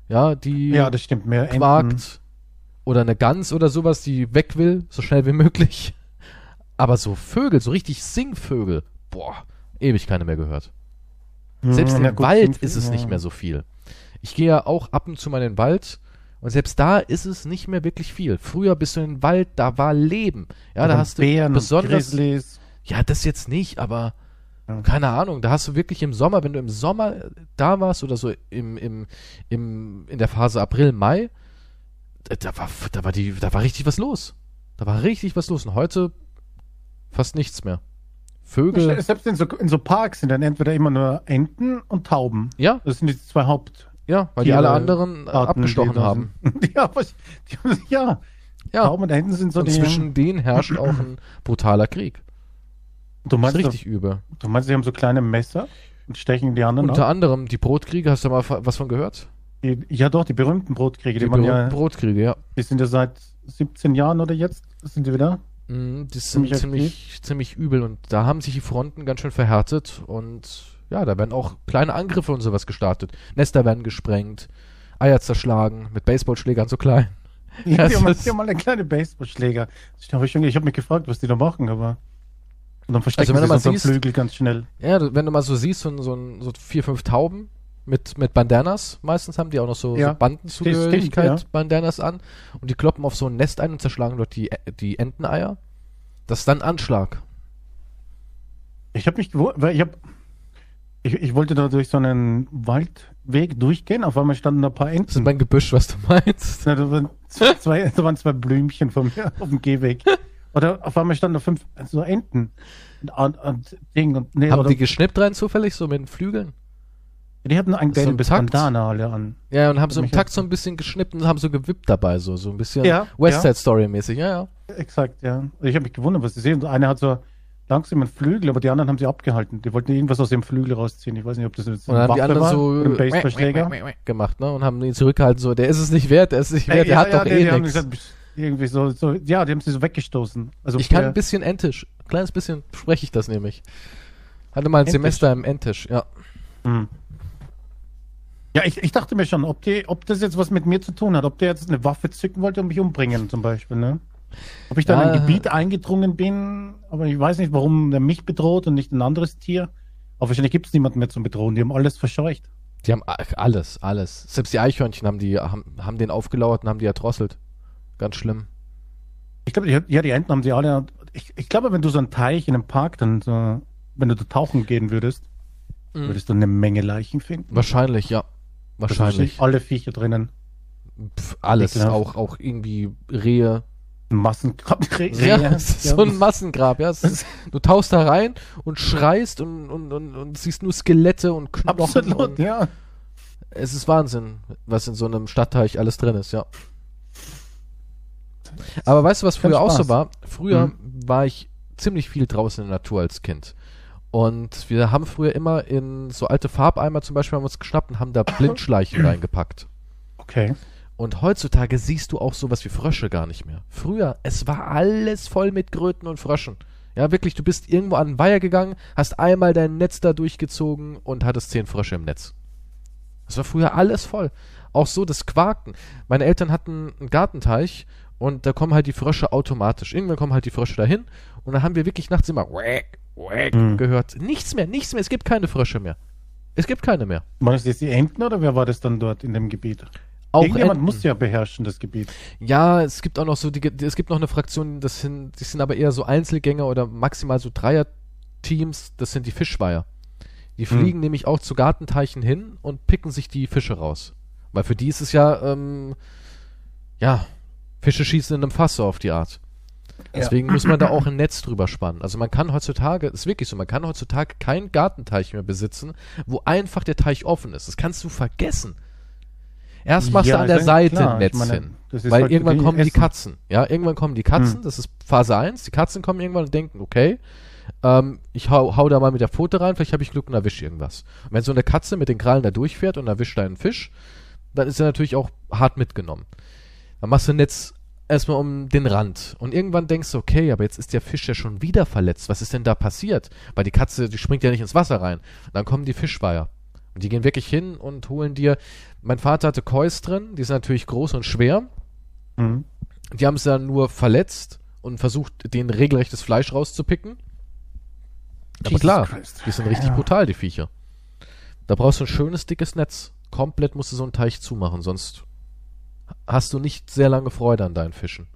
ja, die Ja, das stimmt. Mehr quakt Enten. Mhm. oder eine Gans oder sowas, die weg will, so schnell wie möglich. Aber so Vögel, so richtig Singvögel, boah, ewig keine mehr gehört. Selbst Hm, Ja, im gut, Wald Singvögel, ist es ja. nicht mehr so viel. Ich gehe ja auch ab und zu mal in den Wald und selbst da ist es nicht mehr wirklich viel. Früher bist du in den Wald, da war Leben. Ja, da Und hast du Bären, besonders Grizzlies. ja, das jetzt nicht, aber Ja. keine Ahnung, da hast du wirklich im Sommer, wenn du im Sommer äh, da warst oder so im, im, im, in der Phase April, Mai, da- da war, da war, die, da war richtig was los. Da war richtig was los und heute fast nichts mehr. Vögel. Selbst in so, in so Parks sind dann entweder immer nur Enten und Tauben. Ja, Das sind die zwei Haupt. ja, weil die Tiere- alle anderen äh, Arten, abgestochen die da haben. sind. Ja, was, die, ja. Ja. Tauben und Enten sind so Und die. zwischen denen herrscht auch ein brutaler Krieg. du, Das meinst, ist richtig übel. du meinst, die haben so kleine Messer und stechen die anderen Unter ab? anderem die Brotkriege, hast du mal fa- was von gehört? Die, ja, doch, die berühmten Brotkriege, die, Die man ja, berühmten Brotkriege, ja. die sind ja seit 17 Jahren oder jetzt sind die wieder. Mhm, Die sind Ziemlich ziemlich, ziemlich, übel und da haben sich die Fronten ganz schön verhärtet und ja, da werden auch kleine Angriffe und sowas gestartet. Nester werden gesprengt, Eier zerschlagen, mit Baseballschlägern so klein. Die Das haben, ist- die haben alle kleine Baseballschläger. Ich habe schon, ich habe mich gefragt, was die da machen, aber. Und dann verstecken Also, wenn du sie mal sich siehst- unter Flügel ganz schnell. Ja, du- wenn du mal so siehst, so, ein- so, ein- so vier, fünf Tauben mit, mit Bandanas, meistens haben die auch noch so, Ja. so Bandenzugehörigkeit, Stimmt, ja. Bandanas an und die kloppen auf so ein Nest ein und zerschlagen dort die, äh, die Enteneier. Das ist dann Anschlag. Ich habe mich gewundert, weil ich habe. Ich, ich wollte da durch so einen Waldweg durchgehen, auf einmal standen da ein paar Das ist Enten. mein Gebüsch, was du meinst. Na, da, waren z- zwei, da waren zwei Blümchen von mir auf dem Gehweg. Oder auf einmal standen da fünf äh, so Enten. Und, und, und Ding und nee, Haben oder, die die, geschnippt rein zufällig, so mit den Flügeln? hatten ein so im gelbes Takt? Bandana alle an. Ja, und haben so im Michael- Takt so ein bisschen geschnippt und haben so gewippt dabei, so, so ein bisschen Ja, West ja. Side Story mäßig, ja, ja. Exakt, ja. Ich habe mich gewundert, was sie sehen. Eine hat so langsam einen Flügel, aber die anderen haben sie abgehalten. Die wollten irgendwas aus dem Flügel rausziehen. Ich weiß nicht, ob das jetzt Und dann haben die anderen so äh, oder ein Baseballschläger. gemacht, ne? Und haben ihn zurückgehalten, so, der ist es nicht wert, der ist es nicht wert, Äh, der hat doch die, die eh haben nichts. gesagt, pst, irgendwie so, so, ja, die haben sie so weggestoßen. Also Ich kann der- ein bisschen Entisch, ein kleines bisschen spreche ich das nämlich. Hatte mal ein Entisch? Semester im Entisch, ja. Hm. Ja, ich, ich dachte mir schon, ob, die, ob das jetzt was mit mir zu tun hat, ob der jetzt eine Waffe zücken wollte und mich umbringen zum Beispiel, ne? Ob ich dann Ja. in ein Gebiet eingedrungen bin, aber ich weiß nicht, warum der mich bedroht und nicht ein anderes Tier. Aber wahrscheinlich gibt es niemanden mehr zum Bedrohen, die haben alles verscheucht. Die haben a- alles, alles. Selbst die Eichhörnchen haben die, haben, haben den aufgelauert und haben die erdrosselt. Ganz schlimm. Ich glaube, die- ja, die Enten haben sie alle. Ich, ich glaube, wenn du so einen Teich in einem Park dann so, wenn du da tauchen gehen würdest, Mhm. würdest du eine Menge Leichen finden. Wahrscheinlich, ja. Da sind Wahrscheinlich. Alle Viecher drinnen. Pff, alles, Ekelhaft. auch, auch irgendwie Rehe, Massengrab. Ja, es ist so ein Massengrab, ja. Es ist, du tauchst da rein und schreist und, und, und, und siehst nur Skelette und Knochen. Absolut, und ja. Es ist Wahnsinn, was in so einem Stadtteich alles drin ist, ja. Aber weißt du, was Kein früher auch so Spaß. Mhm. war? Früher war ich ziemlich viel draußen in der Natur als Kind. Und wir haben früher immer in so alte Farbeimer zum Beispiel haben wir uns geschnappt und haben da Blindschleichen reingepackt. Okay. Und heutzutage siehst du auch sowas wie Frösche gar nicht mehr. Früher, es war alles voll mit Kröten und Fröschen. Ja, wirklich, du bist irgendwo an den Weiher gegangen, hast einmal dein Netz da durchgezogen und hattest zehn Frösche im Netz. Das war früher alles voll. Auch so das Quaken. Meine Eltern hatten einen Gartenteich und da kommen halt die Frösche automatisch. Irgendwann kommen halt die Frösche dahin und dann haben wir wirklich nachts immer wäk, wäk Mhm. gehört. Nichts mehr, nichts mehr. Es gibt keine Frösche mehr. Es gibt keine mehr. Waren das jetzt die Enten oder wer war das dann dort in dem Gebiet? Auch Irgendjemand Enten. muss ja beherrschen, das Gebiet. Ja, es gibt auch noch so, die, die- es gibt noch eine Fraktion, das sind, die sind aber eher so Einzelgänger oder maximal so Dreier-Teams, das sind die Fischweiher. Die Hm. fliegen nämlich auch zu Gartenteichen hin und picken sich die Fische raus. Weil für die ist es ja, ähm, ja, Fische schießen in einem Fass so auf die Art. Deswegen muss man da auch ein Netz drüber spannen. Also man kann heutzutage, ist wirklich so, man kann heutzutage keinen Gartenteich mehr besitzen, wo einfach der Teich offen ist. Das kannst du vergessen. Erst machst Ja, du an ich der denke, Seite klar, ein ich Netz meine, hin. das ist Weil halt irgendwann die kommen die Essen. Katzen. Ja, irgendwann kommen die Katzen. Hm. Das ist Phase 1. Die Katzen kommen irgendwann und denken, okay, ähm, ich hau, hau da mal mit der Pfote rein, vielleicht habe ich Glück und erwische irgendwas. Und wenn so eine Katze mit den Krallen da durchfährt und erwischt einen Fisch, dann ist er natürlich auch hart mitgenommen. Dann machst du ein Netz erstmal um den Rand. Und irgendwann denkst du, okay, aber jetzt ist der Fisch ja schon wieder verletzt. Was ist denn da passiert? Weil die Katze, die springt ja nicht ins Wasser rein. Und dann kommen die Fischweiher. Und die gehen wirklich hin und holen dir. Mein Vater hatte Kois drin, die sind natürlich groß und schwer. Mhm. Die haben es dann nur verletzt und versucht, denen regelrechtes Fleisch rauszupicken. Aber Jesus klar, Christ. die sind richtig Ja. brutal, die Viecher. Da brauchst du ein schönes, dickes Netz. Komplett musst du so einen Teich zumachen, sonst hast du nicht sehr lange Freude an deinen Fischen.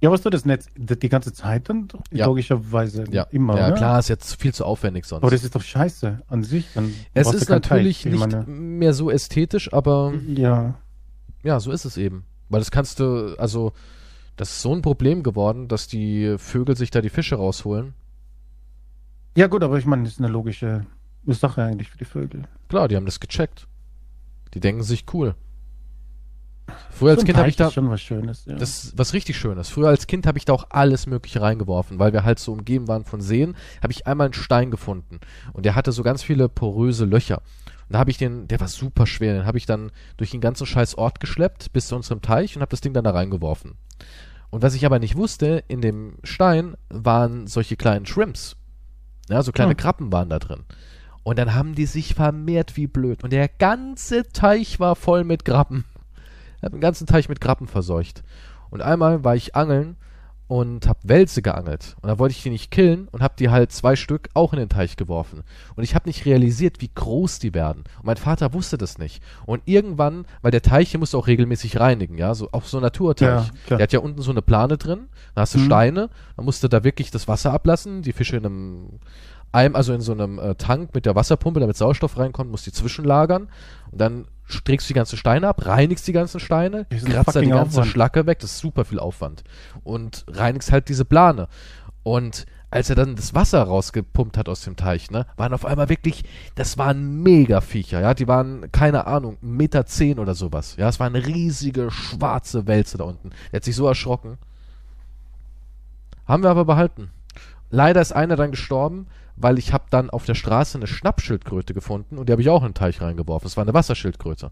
Ja, was du das Netz die die ganze Zeit dann? doch? Ja. Logischerweise Ja, immer. ja ne? klar, ist jetzt viel zu aufwendig sonst. Aber das ist doch scheiße an sich. Dann es brauchst du ist keinen natürlich Teich, ich nicht mehr so Mhm. ästhätisch, aber Ja. ja, so ist es eben. Weil das kannst du, also Das ist so ein Problem geworden, dass die Vögel sich da die Fische rausholen. Ja, gut, aber ich meine, das ist eine logische Sache eigentlich für die Vögel. Klar, die haben das gecheckt. Die denken sich cool. Früher als Kind habe ich da ist schon was Schönes. Ja. das ist was richtig schönes. Früher als Kind habe ich da auch alles mögliche reingeworfen, weil wir halt so umgeben waren von Seen, habe ich einmal einen Stein gefunden und der hatte so ganz viele poröse Löcher. Und da habe ich den, der war super schwer, den habe ich dann durch den ganzen scheiß Ort geschleppt bis zu unserem Teich und habe das Ding dann da reingeworfen. Und was ich aber nicht wusste, in dem Stein waren solche kleinen Shrimps. Ja, so kleine Hm. Krabben waren da drin. Und dann haben die sich vermehrt wie blöd. Und der ganze Teich war voll mit Krabben. Ich habe den ganzen Teich mit Krabben verseucht. Und einmal war ich angeln und habe Wälze geangelt. Und da wollte ich die nicht killen und habe die halt zwei Stück auch in den Teich geworfen. Und ich habe nicht realisiert, wie groß die werden. Und mein Vater wusste das nicht. Und irgendwann, weil der Teich, hier musst du auch regelmäßig reinigen, ja, so auch so ein Naturteich. Ja, klar. der hat ja unten so eine Plane drin, da hast du Mhm. Steine, dann musst du da wirklich das Wasser ablassen, die Fische in einem Eim, also in so einem äh, Tank mit der Wasserpumpe, damit Sauerstoff reinkommt, musst die zwischenlagern und dann stregst du die ganzen Steine ab, reinigst die ganzen Steine, Das ist ein kratzt da die fucking ganze Aufwand. Schlacke weg, das ist super viel Aufwand und reinigst halt diese Plane. Und als er dann das Wasser rausgepumpt hat aus dem Teich, ne, waren auf einmal wirklich, das waren Mega-Viecher, ja, die waren, keine Ahnung, 1,10 Meter zehn oder sowas, ja, es waren riesige schwarze Wälze da unten. Der hat sich so erschrocken. Haben wir aber behalten. Leider ist einer dann gestorben, weil ich habe dann auf der Straße eine Schnappschildkröte gefunden und die habe ich auch in den Teich reingeworfen. Es war eine Wasserschildkröte.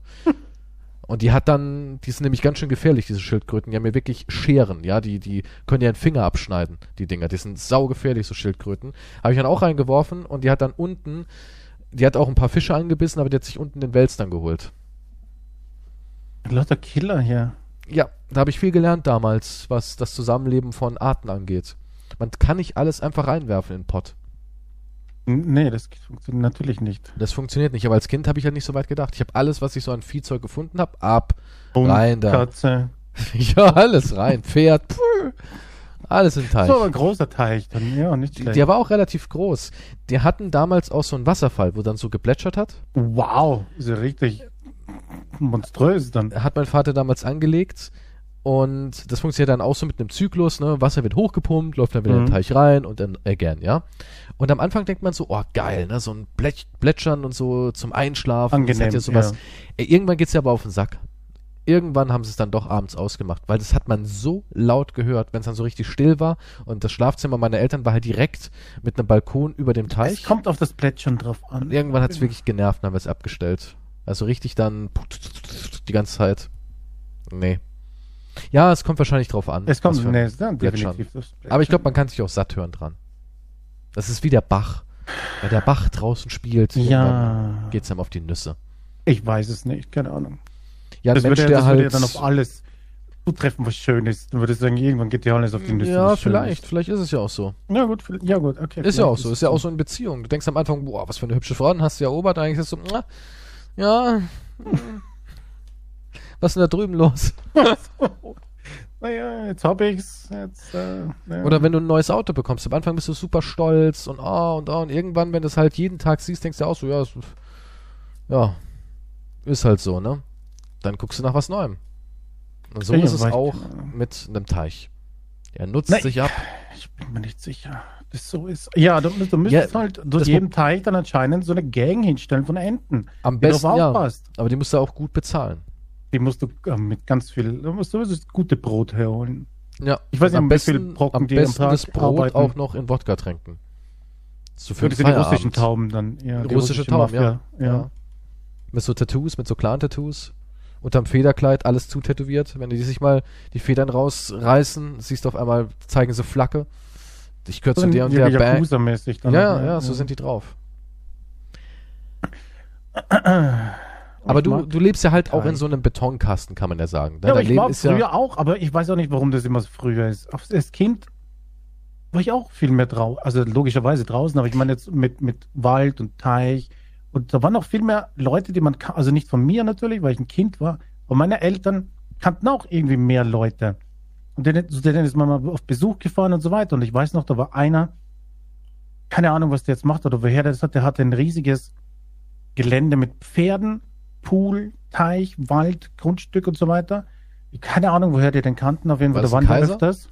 Und die hat dann, die sind nämlich ganz schön gefährlich, diese Schildkröten. Die haben ja wirklich Scheren, ja, die, die können ja einen Finger abschneiden, die Dinger. Die sind saugefährlich, so Schildkröten. Habe ich dann auch reingeworfen und die hat dann unten, die hat auch ein paar Fische angebissen, aber die hat sich unten den Wels dann geholt. Lauter Killer hier. Ja, da habe ich viel gelernt damals, was das Zusammenleben von Arten angeht. Man kann nicht alles einfach reinwerfen in den Pott. N- Nee, das funktioniert natürlich nicht. Das funktioniert nicht, aber als Kind habe ich halt nicht so weit gedacht. Ich habe alles, was ich so an Viehzeug gefunden habe, ab. Und Rein da. Katze. ja, alles rein. Pferd, pfuh, alles in den Teich. So, aber ein großer Teich. Dann, ja, nicht schlecht. Der war auch relativ groß. Die hatten damals auch so einen Wasserfall, wo dann so geplätschert hat. wow, ist ja richtig monströs dann. Hat mein Vater damals angelegt. Und das funktioniert dann auch so mit einem Zyklus, ne? Wasser wird hochgepumpt, läuft dann wieder in den Mhm. Teich rein und dann again, ja? Und am Anfang denkt man so, oh geil, ne? So ein Blech, Plätschern und so zum Einschlafen. das hat Angenehm, ja sowas. ja. Ey, irgendwann geht's ja aber auf den Sack. Irgendwann haben sie es dann doch abends ausgemacht, weil das hat man so laut gehört, wenn es dann so richtig still war. Und das Schlafzimmer meiner Eltern war halt direkt mit einem Balkon über dem Teich. Es kommt auf das Plätschern drauf an. Und irgendwann Genau. hat es wirklich genervt und haben wir es abgestellt. Also richtig dann die ganze Zeit. Nee. Ja, es kommt wahrscheinlich drauf an. Es was kommt, für ein- nee, es ist dann Plätschern. definitiv das Plätschern. Aber ich glaube, man kann sich auch satt hören dran. Das ist wie der Bach. Wenn der Bach draußen spielt, Ja. ne? geht es einem auf die Nüsse. Ich weiß es nicht, keine Ahnung. Ja, ein Das, Mensch, würde, ja- der das halt, würde ja dann auf alles zutreffen, was schön ist. Dann würde ich sagen, irgendwann geht dir alles auf die Nüsse. Ja, was schön vielleicht. Ist. Vielleicht ist es ja auch so. Ja, gut, vielleicht- ja, gut, okay. Ist ja vielleicht auch so. Ist ja auch so in Beziehung. Du denkst am Anfang, boah, was für eine hübsche Frau, dann hast du ja erobert. Eigentlich ist es so, "Mua, ja. mm. Was ist denn da drüben los? Naja, jetzt hab ich's. Jetzt, äh, ja. Oder wenn du ein neues Auto bekommst, am Anfang bist du super stolz und ah und ah und irgendwann, wenn du es halt jeden Tag siehst, denkst du auch so, ja, ist, ja, ist halt so, ne? Dann guckst du nach was Neuem. Und so Ja, ist es weiß ich. auch mit einem Teich. Er nutzt Nein. sich ab. Ich bin mir nicht sicher, ob das so ist. Ja, du, du müsstest Ja, halt zu das jedem Teich dann anscheinend so eine Gang hinstellen von Enten, Am die drauf besten ja. aufpasst. Aber die musst du auch gut bezahlen. Die musst du äh, mit ganz viel, du musst sowieso das gute Brot herholen. Ja. Ich weiß Und nicht, um am wie viel besten, Brocken am die am besten Tag das Brot arbeiten. auch noch in Wodka tränken. So für den Für die russischen Feierabend. Tauben dann. Ja, Die russische Tauben, ja. Mafia, ja. Mit so Tattoos, mit so Clan-Tattoos. Unterm Federkleid alles zutätowiert. Wenn die sich mal die Federn rausreißen, siehst du auf einmal, zeigen sie Flagge. Ich gehöre zu der und der Band. Yakuza-mäßig Ja, dann. halt, ne? ja, ja, so sind die drauf. Aber Ich du, mag du lebst ja halt auch in Teig. so einem Betonkasten, kann man ja sagen. Ja, aber Dein ich Leben war ist früher ja. auch, aber ich weiß auch nicht, warum das immer so früher ist. Aufs- Als Kind war ich auch viel mehr draußen, also logischerweise draußen, aber ich meine jetzt mit, mit Wald und Teich und da waren auch viel mehr Leute, die man kann, also nicht von mir natürlich, weil ich ein Kind war, aber meine Eltern kannten auch irgendwie mehr Leute. Und denen, zu denen ist man mal auf Besuch gefahren und so weiter. Und ich weiß noch, da war einer, keine Ahnung, was der jetzt macht oder woher der das hat, der hatte ein riesiges Gelände mit Pferden, Pool, Teich, Wald, Grundstück und so weiter. Keine Ahnung, woher die den kannten, auf jeden Fall. War Da das ein waren die Kaiser? öfters.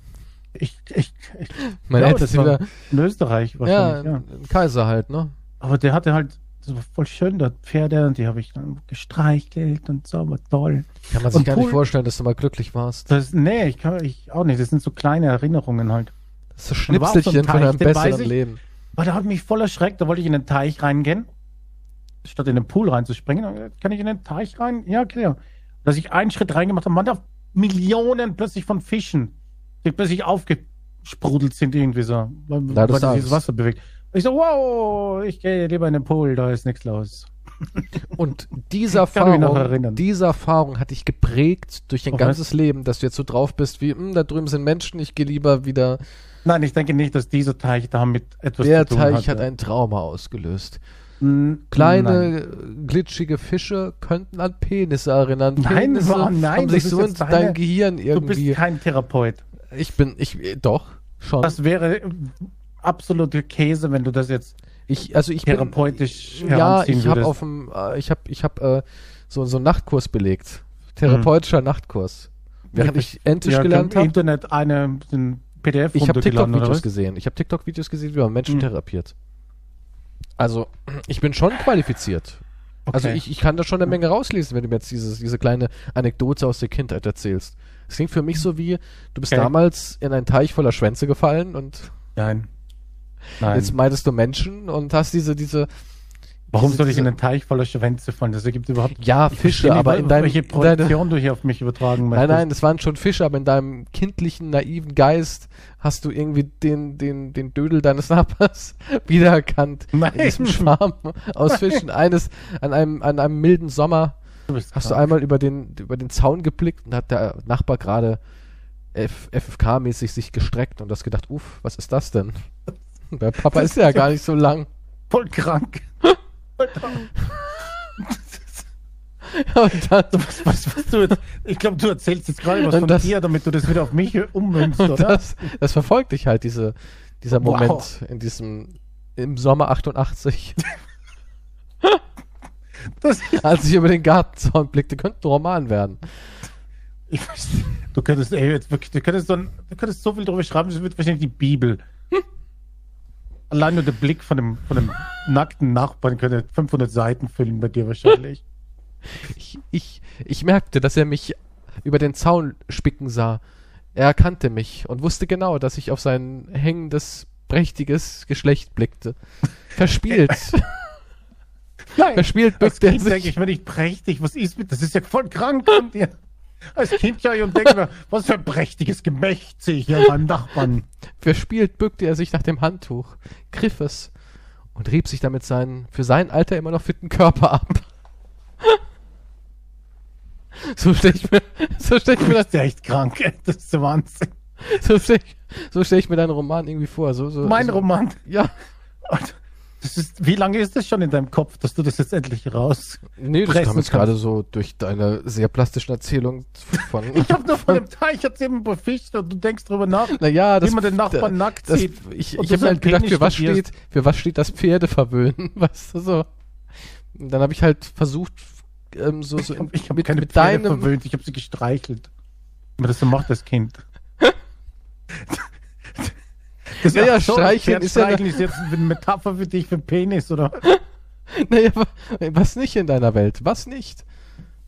Ich, ich, ich Mein glaube, Eltern das sind war wieder, in Österreich ja, wahrscheinlich, ja. ein Kaiser halt, ne? Aber der hatte halt, das war voll schön, der hat Pferde und die habe ich dann gestreichelt und so, war toll. Kann man sich Und gar nicht cool- vorstellen, dass du mal glücklich warst. Das, nee, ich kann ich auch nicht. Das sind so kleine Erinnerungen halt. Das ist das Und da war auch so ein Schnipselchen von Teich, einem den weiß besseren ich. Leben. Weil da hat mich voll erschreckt, da wollte ich in den Teich reingehen. Statt in den Pool reinzuspringen, dann, äh, kann ich in den Teich rein? Ja, okay. ja. Dass ich einen Schritt reingemacht habe, man da Millionen plötzlich von Fischen, die plötzlich aufgesprudelt sind irgendwie so, weil, Na, das weil ist sich Angst. das Wasser bewegt. Ich so, wow, ich gehe lieber in den Pool, da ist nichts los. Und diese Kann mich noch Erfahrung, erinnern. diese Erfahrung hat dich geprägt durch dein Oh, ganzes Leben, dass du jetzt so drauf bist wie, "Hm, da drüben sind Menschen, ich gehe lieber wieder. Nein, ich denke nicht, dass dieser Teich damit etwas Der zu tun Teich hat hatte. ein Trauma ausgelöst. Mm, nein. Kleine, glitschige Fische könnten an Penisse erinnern. Nein, Penisse Mann, nein, haben das sich ist so in jetzt dein deine- Gehirn Du bist irgendwie. kein Therapeut. Ich bin, ich, äh, doch, schon. Das wäre absolute Käse, wenn du das jetzt ich, also ich bin, therapeutisch ja, ich habe würdest. auf dem, äh, ich habe, ich habe äh, so so einen Nachtkurs belegt, therapeutischer Nachtkurs, während ich Entisch Hm. Ja, gelernt im habe. Internet eine ein PDF Ich habe runtergeladen, oder TikTok-Videos was? gesehen. Ich habe TikTok-Videos gesehen, wie man Menschen Hm. therapiert. Also, ich bin schon qualifiziert. Okay. Also, ich, ich kann da schon eine Menge rauslesen, wenn du mir jetzt dieses, diese kleine Anekdote aus der Kindheit erzählst. Es klingt für mich so wie, du bist Okay. damals in einen Teich voller Schwänze gefallen und nein. Nein. jetzt meidest du Menschen und hast diese, diese, Warum diese- soll ich in diese- einen Teich voller Schwänze fallen? Das ergibt überhaupt ja, Ich verstehe Fische, nicht, aber wel- in deinem, welche in deine, Projektion du hier auf mich übertragen Nein, möchtest. nein, es waren schon Fische, aber in deinem kindlichen, naiven Geist hast du irgendwie den, den, den Dödel deines Nachbars wiedererkannt. In Nein. diesem Schwarm aus Fischen. Eines, an einem, an einem milden Sommer Du bist hast du krank. einmal über den, über den Zaun geblickt und hat der Nachbar gerade F- FFK-mäßig sich gestreckt und hast gedacht, uff, was ist das denn? Bei Papa ist ja gar nicht so lang. voll krank. Und dann, Was, was, was du jetzt, ich glaube, du erzählst jetzt gerade was Und von das- dir, damit du das wieder auf mich ummünzt, und oder? das, das verfolgt dich halt, diese, dieser Wow. Moment in diesem, im Sommer 88. Das, als ich über den Gartenzaun blickte, könnte ein Roman werden. ich weiß, du könntest, ey, jetzt wirklich, du könntest, so ein, du könntest so viel drüber schreiben, das wird wahrscheinlich die Bibel. Allein nur der Blick von dem, von dem nackten Nachbarn könnte 500 Seiten füllen bei dir wahrscheinlich. Ich, ich, ich merkte, dass er mich über den Zaun spicken sah. Er erkannte mich und wusste genau, dass ich auf sein hängendes, prächtiges Geschlecht blickte. Verspielt, Nein, verspielt als bückte er Kind denke sich. ich mir nicht prächtig, was ist mit, das ist ja voll krank von dir. Als Kind schaue ich und denke mir, was für ein prächtiges Gemächt sehe ich hier beim Nachbarn. Verspielt bückte er sich nach dem Handtuch, griff es und rieb sich damit seinen, für sein Alter immer noch fitten Körper ab. So stelle ich mir, so stell ich Du mir das bist ja echt krank, ey, das ist der Wahnsinn. So stelle ich, so stell ich mir deinen Roman irgendwie vor. So, so, Mein so, Roman. Ja. Alter, Das ist, wie lange ist das schon in deinem Kopf, dass du das jetzt endlich raus? Nee, das Pressen kam jetzt kannst. gerade so durch deine sehr plastischen Erzählung von. Ich habe nur von dem Teich erzählt über Fisch und du denkst drüber nach, naja, das. wie man den Nachbarn nackt das, sieht. ich Und ich habe du mir so halt gedacht, Penis für was, studierst. steht, für was steht das Pferde verwöhnen? Weißt du so? Und dann habe ich halt versucht, ähm, so, so in, Ich habe mit, keine mit Pferde deinem. verwöhnt, ich habe sie gestreichelt. Wie man das so macht, das Kind. Das Naja, ach so, ein streicheln Pferd ist ja- streicheln ist jetzt eine Metapher für dich, für Penis, oder? Naja, wa- was nicht in deiner Welt? Was nicht?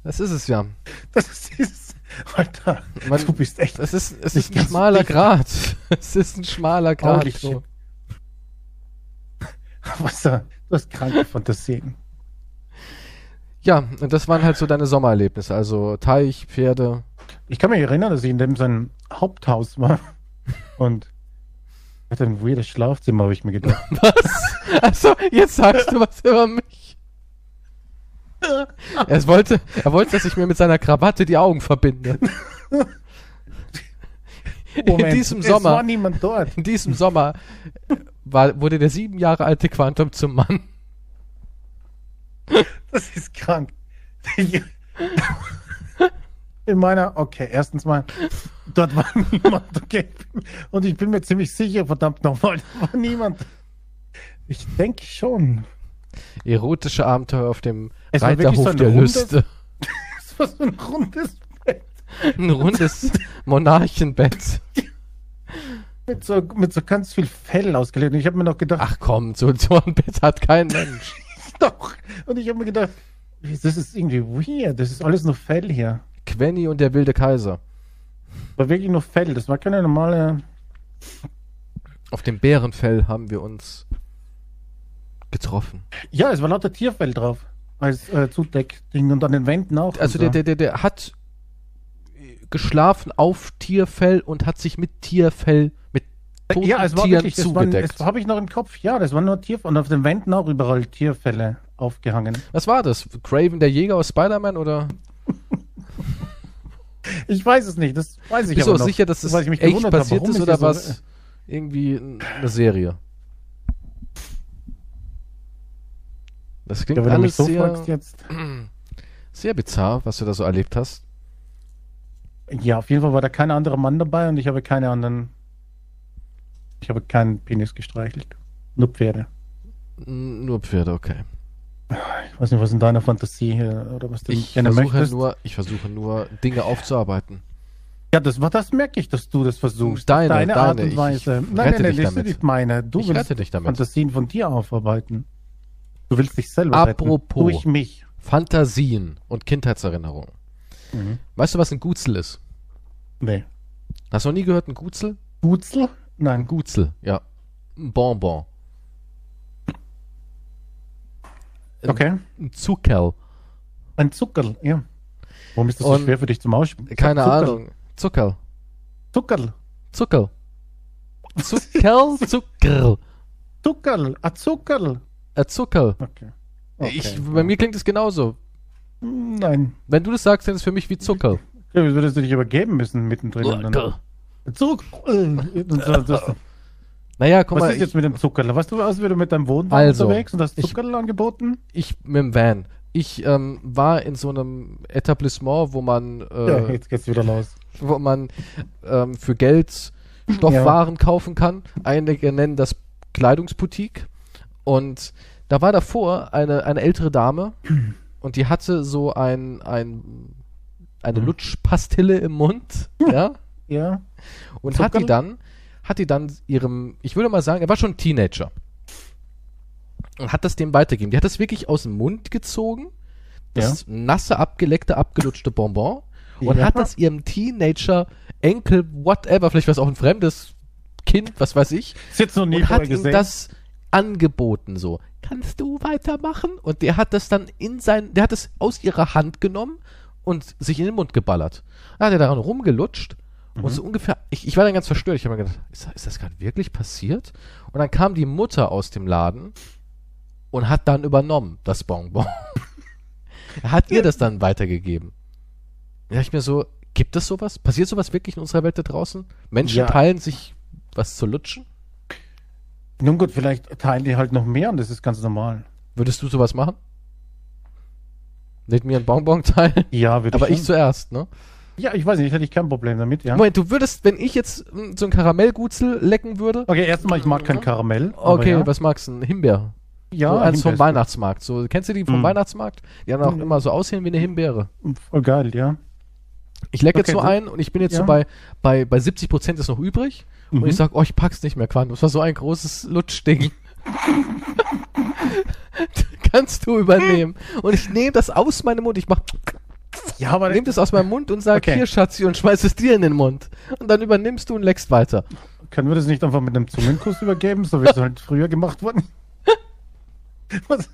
Das ist es ja. Das ist, Alter, Man- du bist echt Das ist, es Nicht ist ein ganz schmaler dicht. Grat. Es ist ein schmaler Grat. Augenblick. So. Wasser. Du hast kranke Fantasien. Ja, und das waren halt so deine Sommererlebnisse. Also Teich, Pferde. Ich kann mich erinnern, dass ich in dem sein Haupthaus war und hatte ein weirdes Schlafzimmer, habe ich mir gedacht. Was? Achso, Also, jetzt sagst du was über mich. Er wollte, er wollte, dass ich mir mit seiner Krawatte die Augen verbinde. in diesem es Sommer, war niemand dort. in diesem Sommer war, wurde der sieben Jahre alte Quantum zum Mann. Das ist krank. In meiner, okay, erstens mal, dort war niemand, okay. Und ich bin mir ziemlich sicher, verdammt nochmal, da war niemand. Ich denke schon. Erotische Abenteuer auf dem Es war wirklich Reiterhof so ein der rundes- Lüste. Das war so ein rundes Bett. ein rundes Monarchenbett. Mit so, mit so ganz viel Fell ausgelegt. Und ich habe mir noch gedacht, Ach komm, so ein Dornbett hat kein Mensch. doch. Und ich habe mir gedacht, das ist irgendwie weird. Das ist alles nur Fell hier. Quenny und der wilde Kaiser. War wirklich nur Fell. Das war keine normale. Auf dem Bärenfell haben wir uns getroffen. Ja, es war lauter Tierfell drauf. Als äh, Zudeckding und an den Wänden auch. Also und so. der, der, der, der hat äh, geschlafen auf Tierfell und hat sich mit Tierfell, mit toten Äh, ja, es war Tieren wirklich, das waren, zugedeckt. das habe ich noch im Kopf. Ja, das waren nur Tierfell. Und auf den Wänden auch überall Tierfälle aufgehangen. Was war das? Craven der Jäger aus Spider-Man oder? Ich weiß es nicht, das weiß ich Bist du aber auch noch. sicher, dass das Weil ich mich echt gewundert habe, passiert warum ist ich oder das so- was? Irgendwie n- eine Serie. Das Ja, klingt wenn du mich alles so sehr, fragst jetzt. sehr bizarr, was du da so erlebt hast. Ja, auf jeden Fall war da kein anderer Mann dabei und ich habe keine anderen. Ich habe keinen Penis gestreichelt. Nur Pferde. N- Nur Pferde, okay. Ich weiß nicht, was in deiner Fantasie hier oder was du Ich gerne versuche, möchtest. nur, ich versuche nur, Dinge aufzuarbeiten. Ja, das, war- das merke ich, dass du das versuchst. Deine, deine deine, Art ich- und ich Weise. rette nein, nein, nein, dich das damit. ist nicht meine. Du Ich willst rette dich damit. Fantasien von dir aufarbeiten. Du willst dich selber Apropos. retten. Durch mich. Fantasien und Kindheitserinnerungen. Mhm. Weißt du, was ein Gutzel ist? Nee. Hast du noch nie gehört, ein Gutzel? Gutzel? Nein, gut. Gutzel, ja. Ein Bonbon. Äh, Okay. Ein Zuckerl. Ein Zuckerl, ja. Warum ist das so Und- schwer für dich zum Aussprechen? Keine Zuckerl. Ahnung. Zuckerl. Zuckerl. Zuckerl. Zuckerl, Zuckerl. Zuckerl. Ah, Zuckerl. Äh, Zuckerl. Okay. Ich, bei mir klingt es genauso. Nein. Wenn du das sagst, dann ist es für mich wie Zuckerl. Ja, wieso würdest du dich übergeben müssen mittendrin? und dann- Zuckerl. Zurück. Und so- das- Naja, guck Was mal, ist jetzt mit dem Zuckerl? Warst du aus, wie du mit deinem Wohnwagen Also, unterwegs und hast ich- Zuckerl angeboten? ich, ich mit dem Van. Ich ähm, war in so einem Etablissement, wo man, Ja, äh, jetzt geht's wieder los. wo man ähm, für Geld Stoffwaren kaufen kann. Einige nennen das Kleidungsboutique. Und da war davor eine, eine ältere Dame und die hatte so ein, ein, eine Mhm. Lutschpastille im Mund. Ja. Ja. Und Zuckerl? hat die dann, hat die dann ihrem, ich würde mal sagen, er war schon ein Teenager. Und hat das dem weitergegeben. Die hat das wirklich aus dem Mund gezogen. Das nasse, abgeleckte, abgelutschte Bonbon. Und Ja. hat das ihrem Teenager, Enkel, whatever, vielleicht war es auch ein fremdes Kind, was weiß ich, Ist jetzt noch nie und hat vorher ihm gesehen. das angeboten so. Kannst du weitermachen? Und der hat das dann in sein, der hat es aus ihrer Hand genommen und sich in den Mund geballert. Dann hat er daran rumgelutscht Mhm. und so ungefähr, ich, ich war dann ganz verstört. Ich habe mir gedacht, ist, das- ist das gerade wirklich passiert? Und dann kam die Mutter aus dem Laden und hat dann übernommen, das Bonbon. hat ihr das dann weitergegeben. Da dachte ich mir so, gibt es sowas? Passiert sowas wirklich in unserer Welt da draußen? Menschen Ja. teilen sich was zu lutschen? Nun gut, vielleicht teilen die halt noch mehr und das ist ganz normal. Würdest du sowas machen? Mit mir einen Bonbon teilen? Ja, würde Aber ich schon- zuerst, ne? Ja, ich weiß nicht, hätte ich kein Problem damit, ja. Moment, du würdest, wenn ich jetzt mm, so ein Karamellgutzel lecken würde. Okay, erstmal, ich mag kein Karamell. aber Mhm. Okay, ja. was also magst du? Ein Himbeer. Ja, also so eins vom Himbeer ist Weihnachtsmarkt. So, kennst du die vom Mm. Weihnachtsmarkt? Die haben auch Mm. immer so aussehen wie eine Himbeere. gut. Voll geil, ja. Ich lecke jetzt Okay, nur du- einen und ich bin jetzt ja. so bei, bei, bei 70 Prozent ist noch übrig. Mhm. Und ich sag, oh, ich pack's nicht mehr, Quan. Das war so ein großes Lutschding. Kannst du übernehmen. Und ich nehme das aus meinem Mund. Ich mach Ja, aber Nimm das aus meinem Mund und sag Okay. hier, Schatzi, und schmeiß es dir in den Mund. Und dann übernimmst du und leckst weiter. Können wir das nicht einfach mit einem Zungenkuss übergeben, so wie es halt früher gemacht wurde? Was?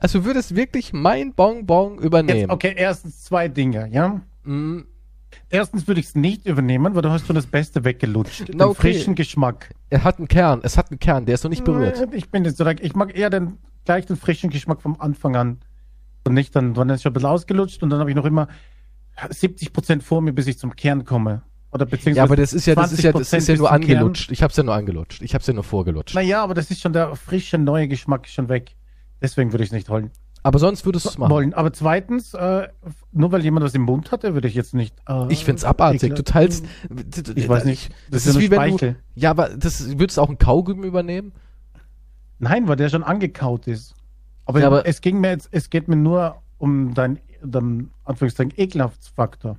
Also du würdest wirklich mein Bonbon Jetzt, übernehmen. okay, erstens zwei Dinge, ja? Mm, Erstens würde ich es nicht übernehmen, weil du hast schon das Beste weggelutscht. Na, den okay. frischen Geschmack. Äh, er hat einen Kern, es hat einen Kern, der ist noch nicht berührt. Ich bin jetzt so, ich mag eher den, gleich den frischen Geschmack vom Anfang an. Und nicht dann, wann ist schon ein bisschen ausgelutscht und dann habe ich noch immer 70% vor mir, bis ich zum Kern komme. Oder beziehungsweise Ja, aber das ist ja, das ist ja, das 20% ist ja bis nur zum Kern. angelutscht. Ich hab's ja nur angelutscht. Ich hab's ja nur vorgelutscht. Naja, aber das ist schon der frische, neue Geschmack ist schon weg. Deswegen würde ich es nicht holen. Aber sonst würdest du es machen. wollen. Aber zweitens, äh, nur weil jemand was im Mund hatte, würde ich jetzt nicht. Äh, Ich find's abartig. ekel- Du teilst. Ich weiß nicht. Das, Das ist ist ja wie nur wenn du. Speichel. Ja, aber das würdest du auch einen Kaugummi übernehmen? Nein, weil der schon angekaut ist. Aber, Ja, aber- es ging mir jetzt, es geht mir nur um dein, dein Anführungszeichen, Ekelhaftsfaktor.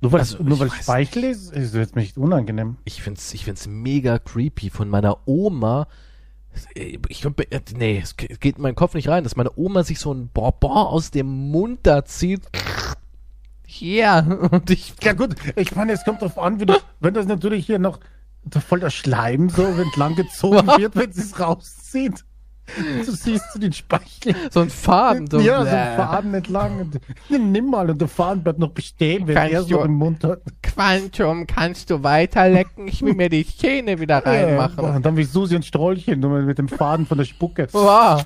Nur weil, Also, nur ich weil weiß Speichel ist, ist jetzt nicht unangenehm. Ich find's, ich find's mega creepy von meiner Oma. Ich könnte, be- äh, nee, es ge- geht in meinen Kopf nicht rein, dass meine Oma sich so ein Bonbon aus dem Mund da zieht. Ja, und ich, Ja gut, ich meine, es kommt drauf an, wie das, wenn das natürlich hier noch so voll der Schleim so entlang gezogen wird, wenn sie es rauszieht. Du siehst du den Speichel. so ein Faden. So, ja, also so bläh. ein Faden entlang. Und, nimm mal und der Faden bleibt noch bestehen, wenn Kannst er es noch du- im Mund hat. Quantum, kannst du weiterlecken? Ich will mir die Zähne wieder Ja, reinmachen. und dann wie Susi und Strollchen nur mit dem Faden von der Spucke. Wow.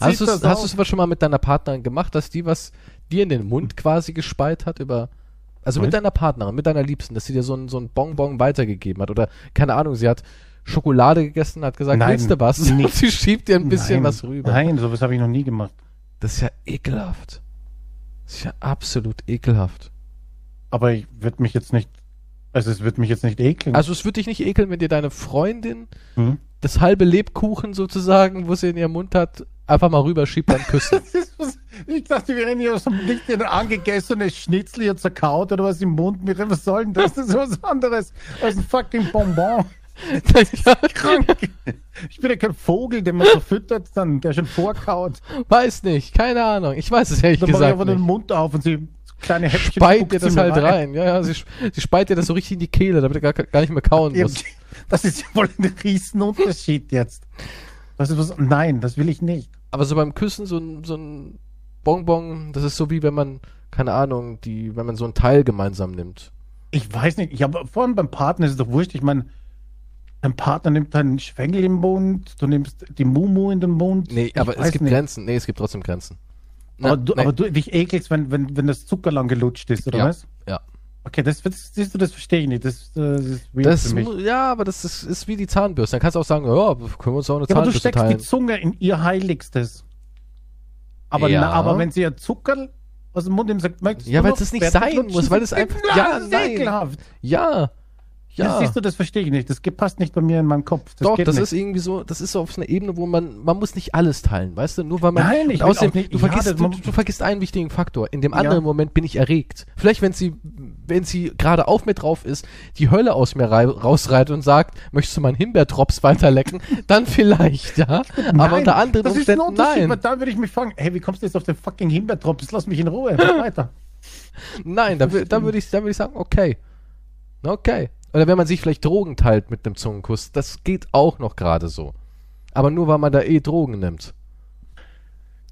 Hast Sieht du das es hast aus? du's aber schon mal mit deiner Partnerin gemacht, dass die was dir in den Mund quasi gespeit hat über. Also mit Was? deiner Partnerin, mit deiner Liebsten, dass sie dir so ein, so ein Bonbon weitergegeben hat. Oder keine Ahnung, sie hat Schokolade gegessen hat gesagt, Nein, willst du was? nicht. Sie schiebt dir ein bisschen was rüber. Nein, sowas habe ich noch nie gemacht. Das ist ja ekelhaft. Das ist ja absolut ekelhaft. Aber ich würde mich jetzt nicht, also es wird mich jetzt nicht ekeln. Also es würde dich nicht ekeln, wenn dir deine Freundin Hm? das halbe Lebkuchen sozusagen, wo sie in ihrem Mund hat, einfach mal rüberschiebt beim Küssen. Das ist was, ich dachte, wir reden hier aus dem nicht ein angegessenes Schnitzel hier zerkaut oder was im Mund. Mir- Was soll denn das? Das ist was anderes als ein fucking Bonbon. Krank. Ich bin ja kein Vogel, den man so füttert, dann, der schon vorkaut. weiß nicht, keine Ahnung. Ich weiß es ehrlich Dann mache ich gesagt einfach den nicht. Mund auf und sie so kleine Häppchen Speit spuckt dir sie das mir halt rein. Ja, ja, sie, sch- sie speit dir das so richtig in die Kehle, damit du gar, gar nicht mehr kauen Eben, musst. Das ist ja wohl ein Riesenunterschied jetzt. Das ist was, nein, das will ich nicht. Aber so beim Küssen so ein, so ein Bonbon, das ist so wie wenn man, keine Ahnung, die, wenn man so ein Teil gemeinsam nimmt. Ich weiß nicht, ich habe vorhin beim Partner ist es doch wurscht. Ich meine, dein Partner nimmt deinen Schwengel im Mund, du nimmst die Mumu in den Mund. Nee, ich aber es weiß gibt nicht. Grenzen. Nee, es gibt trotzdem Grenzen. Na, aber, du, nee. aber du dich ekelst, wenn, wenn, wenn das Zuckerlang gelutscht ist, oder Ja. was? Ja. Okay, das, das siehst du, das verstehe ich nicht. Das, äh, das ist weird das für mich. mu- ja, aber das ist, ist wie die Zahnbürste. Dann kannst du auch sagen, ja, können wir uns auch eine Ja, aber du Zahnbürste steckst die teilen. Zunge in ihr Heiligstes. Aber, Ja. na, aber wenn sie ihr Zuckerl aus dem Mund nimmt, sagt, möchtest Ja, du weil noch es nicht Bertel sein lutschen? muss, weil es Das ist einfach- Ja, das ist nein. ekelhaft. Ja. Ja. Das siehst du, das verstehe ich nicht. Das geht- passt nicht bei mir in meinem Kopf. Das Doch, geht das nicht. ist irgendwie so, das ist so auf einer Ebene, wo man, man muss nicht alles teilen, weißt du? Nur weil man. Nein, ich und außerdem, will auch nicht- du, ja, vergisst, das- du, man- du vergisst einen wichtigen Faktor. In dem Ja. anderen Moment bin ich erregt. Vielleicht, wenn sie, wenn sie gerade auf mir drauf ist, die Hölle aus mir rei rausreiht und sagt, möchtest du meinen Himbeertrops weiterlecken? dann vielleicht, ja. Aber Nein, unter anderen das ist ein Umständen Unterschied, weil nein. dann würde ich mich fragen, hey, wie kommst du jetzt auf den fucking Himbeertropf? Jetzt lass mich in Ruhe. Mach weiter. Nein, dann, wür- dann würde ich, dann würde ich sagen, okay. Na, Okay. Oder wenn man sich vielleicht Drogen teilt mit einem Zungenkuss, das geht auch noch gerade so. Aber nur weil man da eh Drogen nimmt.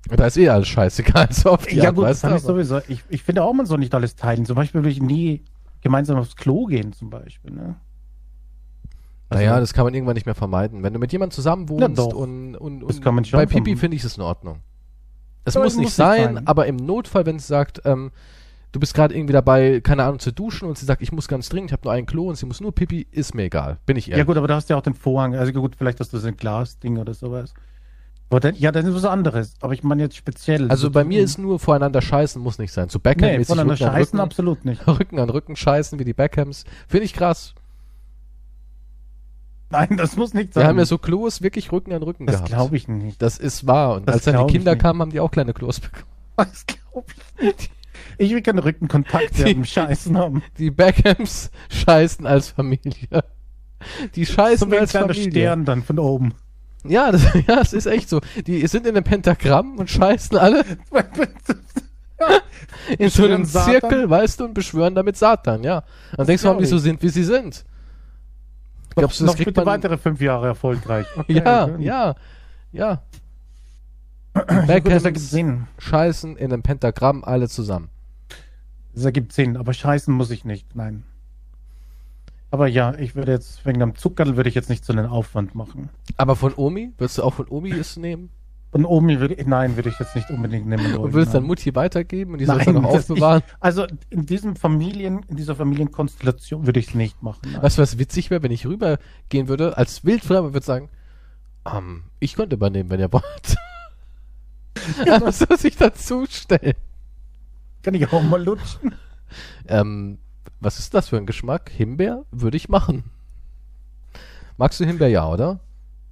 Und Da ist eh alles scheißegal, so auf die Ja, Art, gut, weißt das du? ist aber- sowieso. Ich, ich finde auch, man soll nicht alles teilen. Zum Beispiel würde ich nie gemeinsam aufs Klo gehen, zum Beispiel. Ne? Naja, das kann man irgendwann nicht mehr vermeiden. Wenn du mit jemandem zusammen Na wohnst doch. und, und, und Das kann man schon bei Pipi vermeiden. finde ich es in Ordnung. Es Ja, muss es nicht muss nicht sein, sein. aber im Notfall, wenn es sagt, ähm, du bist gerade irgendwie dabei, keine Ahnung, zu duschen und sie sagt, ich muss ganz dringend, ich habe nur einen Klo und sie muss nur Pipi, ist mir egal. Bin ich ehrlich. Ja, gut, aber da hast du ja auch den Vorhang. Also gut, vielleicht hast du so ein Glasding oder sowas. Aber dann, ja, dann ist was anderes. Aber ich meine jetzt speziell. Also So bei die- mir ist nur voreinander scheißen, muss nicht sein. So Beckham Nee, mäßig von einer Rücken, an Scheißen Rücken, absolut nicht. Rücken an Rücken scheißen wie die Beckhams. Finde ich krass. Nein, das muss nicht Wir sein. haben ja so Klos wirklich Rücken an Rücken das gehabt. glaube ich nicht. Das ist wahr. Und Das als dann glaub die ich Kinder nicht. kamen, haben die auch kleine Klos bekommen. Das glaube ich nicht. Ich will keinen Rückenkontakt Die- beim Scheißen haben. Die Beckhams scheißen als Familie. Die scheißen So wie ein als kleiner Familie. Stern dann von oben. Ja, das, ja, es ist echt so. Die sind in einem Pentagramm und scheißen alle in so einem Beschwören Satan. Zirkel, weißt du, und beschwören damit Satan, ja. Und denkst du, warum die glaub so sind, wie sie sind? Glaubst du, das noch kriegt bitte man, weitere fünf Jahre erfolgreich. Okay, Ja, dann- ja, ja. Gut, das ergibt Beckhams Sinn. scheißen in einem Pentagramm alle zusammen. Das ergibt Sinn, aber scheißen muss ich nicht, nein. Aber ja, ich würde jetzt, wegen dem Zuckerl würde ich jetzt nicht so einen Aufwand machen. Aber von Omi? Würdest du auch von Omi es nehmen? Und Omi würde ich, nein, würde ich jetzt nicht unbedingt nehmen wollen. Und würdest dann nein. Mutti weitergeben und die soll es Nein, dann noch das- aufbewahren? Ich, also in diesem Familien, in dieser Familienkonstellation würde ich es nicht machen. nein. Weißt du, was witzig wäre, wenn ich rübergehen würde, als Wildfremder würde ich sagen, ähm, ich könnte übernehmen, wenn ihr wollt. Aber so sich dazustellen. Kann ich auch mal lutschen? Ähm, was ist das für ein Geschmack? Himbeer würde ich machen. Magst du Himbeer ja, oder?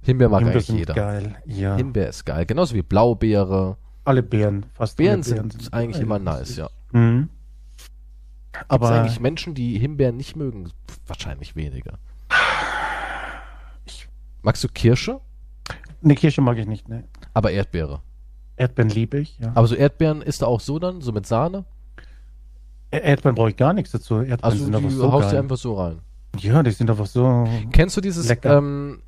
Himbeer mag Himbeeren eigentlich sind jeder. geil. Ja, Himbeer ist geil, genauso wie Blaubeere. alle Beeren, fast Beeren alle sind eigentlich immer nice, ja. Mhm. Gibt es Aber eigentlich Menschen, die Himbeeren nicht mögen? Pff, Wahrscheinlich weniger. Ich- Magst du Kirsche? eine Kirsche mag ich nicht, ne? Aber Erdbeere. Erdbeeren liebe ich, ja. Aber so Erdbeeren ist da auch so dann, so mit Sahne? Er- E-, Erdbeeren brauche ich gar nichts dazu. Erdbeeren Also sind die einfach so haust du geil. einfach so rein. Ja, die sind einfach so. Kennst du dieses, Lecker. ähm,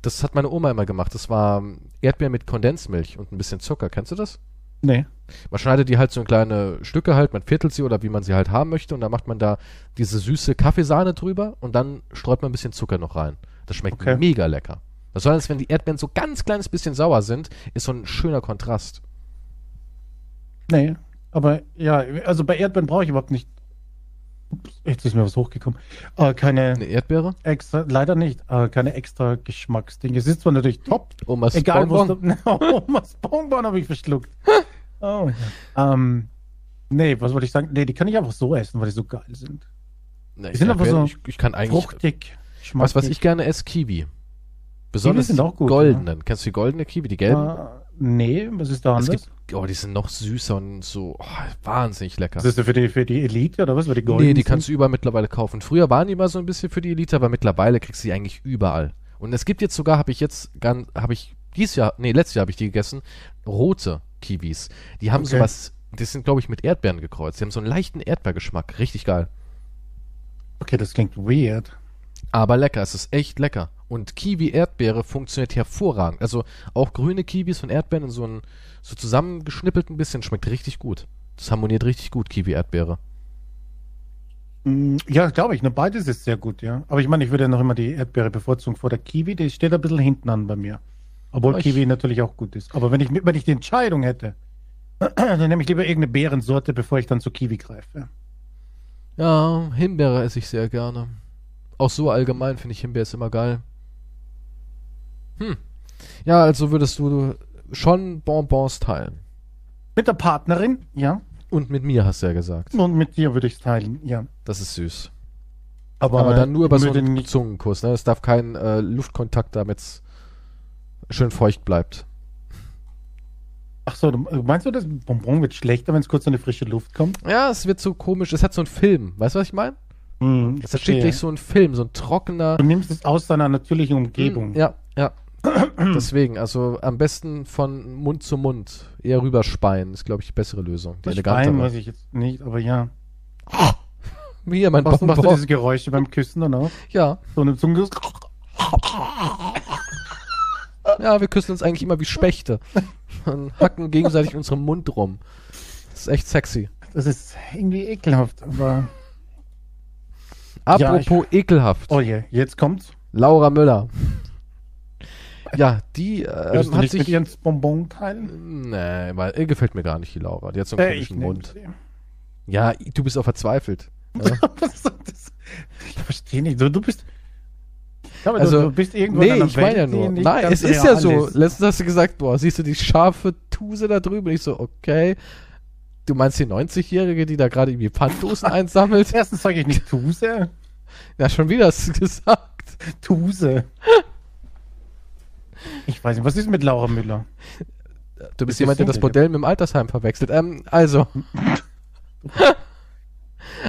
das hat meine Oma immer gemacht, das war ähm, Erdbeeren mit Kondensmilch und ein bisschen Zucker, kennst du das? Nee. Man schneidet die halt so in kleine Stücke halt, man viertelt sie oder wie man sie halt haben möchte und dann macht man da diese süße Kaffeesahne drüber und dann streut man ein bisschen Zucker noch rein. Das schmeckt Okay. mega lecker. Das soll heißt, wenn die Erdbeeren so ganz kleines bisschen sauer sind, ist so ein schöner Kontrast. Nee, aber ja, also bei Erdbeeren brauche ich überhaupt nicht. Ups, jetzt ist mir was hochgekommen. Äh, keine Eine Erdbeere? extra, leider nicht, äh, keine extra Geschmacksdinge. Es ist zwar natürlich top, Omas egal wo es. Bonbon? Oh, was Bonbon habe ich verschluckt. Oh, ja. ähm, nee, was wollte ich sagen? Nee, die kann ich einfach so essen, weil die so geil sind. Nee, Die sind aber so ich, ich kann eigentlich Fruchtig, Was, was ich gerne esse, Kiwi. Besonders sind die auch gut, goldenen. Kennst du die goldene Kiwi, die gelben? Äh, nee, was ist da es anders? gibt, oh, die sind noch süßer und so oh, wahnsinnig lecker. Das ist für die, für die Elite oder was? Weil die nee, die kannst du überall mittlerweile kaufen. Früher waren die mal so ein bisschen für die Elite, aber mittlerweile kriegst du die eigentlich überall. Und es gibt jetzt sogar, habe ich jetzt ganz, habe ich dieses Jahr, nee, letztes Jahr habe ich die gegessen, rote Kiwis. Die haben Okay. sowas, die sind, glaube ich, mit Erdbeeren gekreuzt. Die haben so einen leichten Erdbeergeschmack. Richtig geil. Okay, das klingt weird. Aber lecker, es ist echt lecker. Und Kiwi-Erdbeere funktioniert hervorragend. Also auch grüne Kiwis und Erdbeeren in so einem so zusammengeschnippelt ein bisschen schmeckt richtig gut. Das harmoniert richtig gut, Kiwi-Erdbeere. Mm, Ja, glaube ich. Ne, beides ist sehr gut, ja. Aber ich meine, ich würde ja noch immer die Erdbeere bevorzugen vor der Kiwi. Die steht ein bisschen hinten an bei mir. Obwohl Ich- Kiwi natürlich auch gut ist. Aber wenn ich, wenn ich die Entscheidung hätte, dann nehme ich lieber irgendeine Beerensorte, bevor ich dann zu Kiwi greife. Ja, Himbeere esse ich sehr gerne. Auch so allgemein finde ich Himbeer ist immer geil. Hm. Ja, also würdest du schon Bonbons teilen. Mit der Partnerin, ja. Und mit mir hast du ja gesagt. Und mit dir würde ich es teilen, ja. Das ist süß. Aber dann nur ich über so würde einen nicht, Zungenkuss. Ne? Es darf kein äh, Luftkontakt, damit es schön feucht bleibt. Ach so, du- meinst du, das Bonbon wird schlechter, wenn es kurz in die frische Luft kommt? Ja, es wird so komisch. Es hat so einen Film. Weißt du, was ich meine? Hm, Es hat schließlich so einen Film, so ein trockener. Du nimmst es aus deiner natürlichen Umgebung. Ja, ja. Deswegen, also am besten von Mund zu Mund eher rüberspeien, ist, glaube ich, die bessere Lösung. Die Das Schwein elegantere. weiß ich jetzt nicht, aber ja. Hier, mein Machst, machst du Bonbon. diese Geräusche beim Küssen dann auch? Ja. So eine Zunge. ja, wir küssen uns eigentlich immer wie Spechte. Und hacken gegenseitig unseren Mund rum. Das ist echt sexy. Das ist irgendwie ekelhaft, aber. Ja, ich- Apropos ekelhaft. Oh je, jetzt kommt's. Laura Müller. Ja, die äh, Würdest du hat nicht mit sich. ihren Bonbon teilen? Nee, weil ihr gefällt mir gar nicht, die Laura. Die hat Äh, so einen komischen Mund. nehm's. Ja, du bist auch verzweifelt. Was soll das? Ich verstehe nicht. Du, du bist. Ich glaube, Also, du, du bist irgendwo Nee, ich meine ja nur. Nein, es ist ja so. Letztens hast du gesagt, boah, siehst du die scharfe Tuse da drüben? Und ich so, okay. Du meinst die 90-Jährige, die da gerade irgendwie Pfanddosen einsammelt? Erstens sage ich nicht Tuse. Ja, schon wieder hast du gesagt. Tuse. Ich weiß nicht, was ist mit Laura Müller? Du bist Ist jemand, der das das Single? Bordell mit dem Altersheim verwechselt. Ähm, also.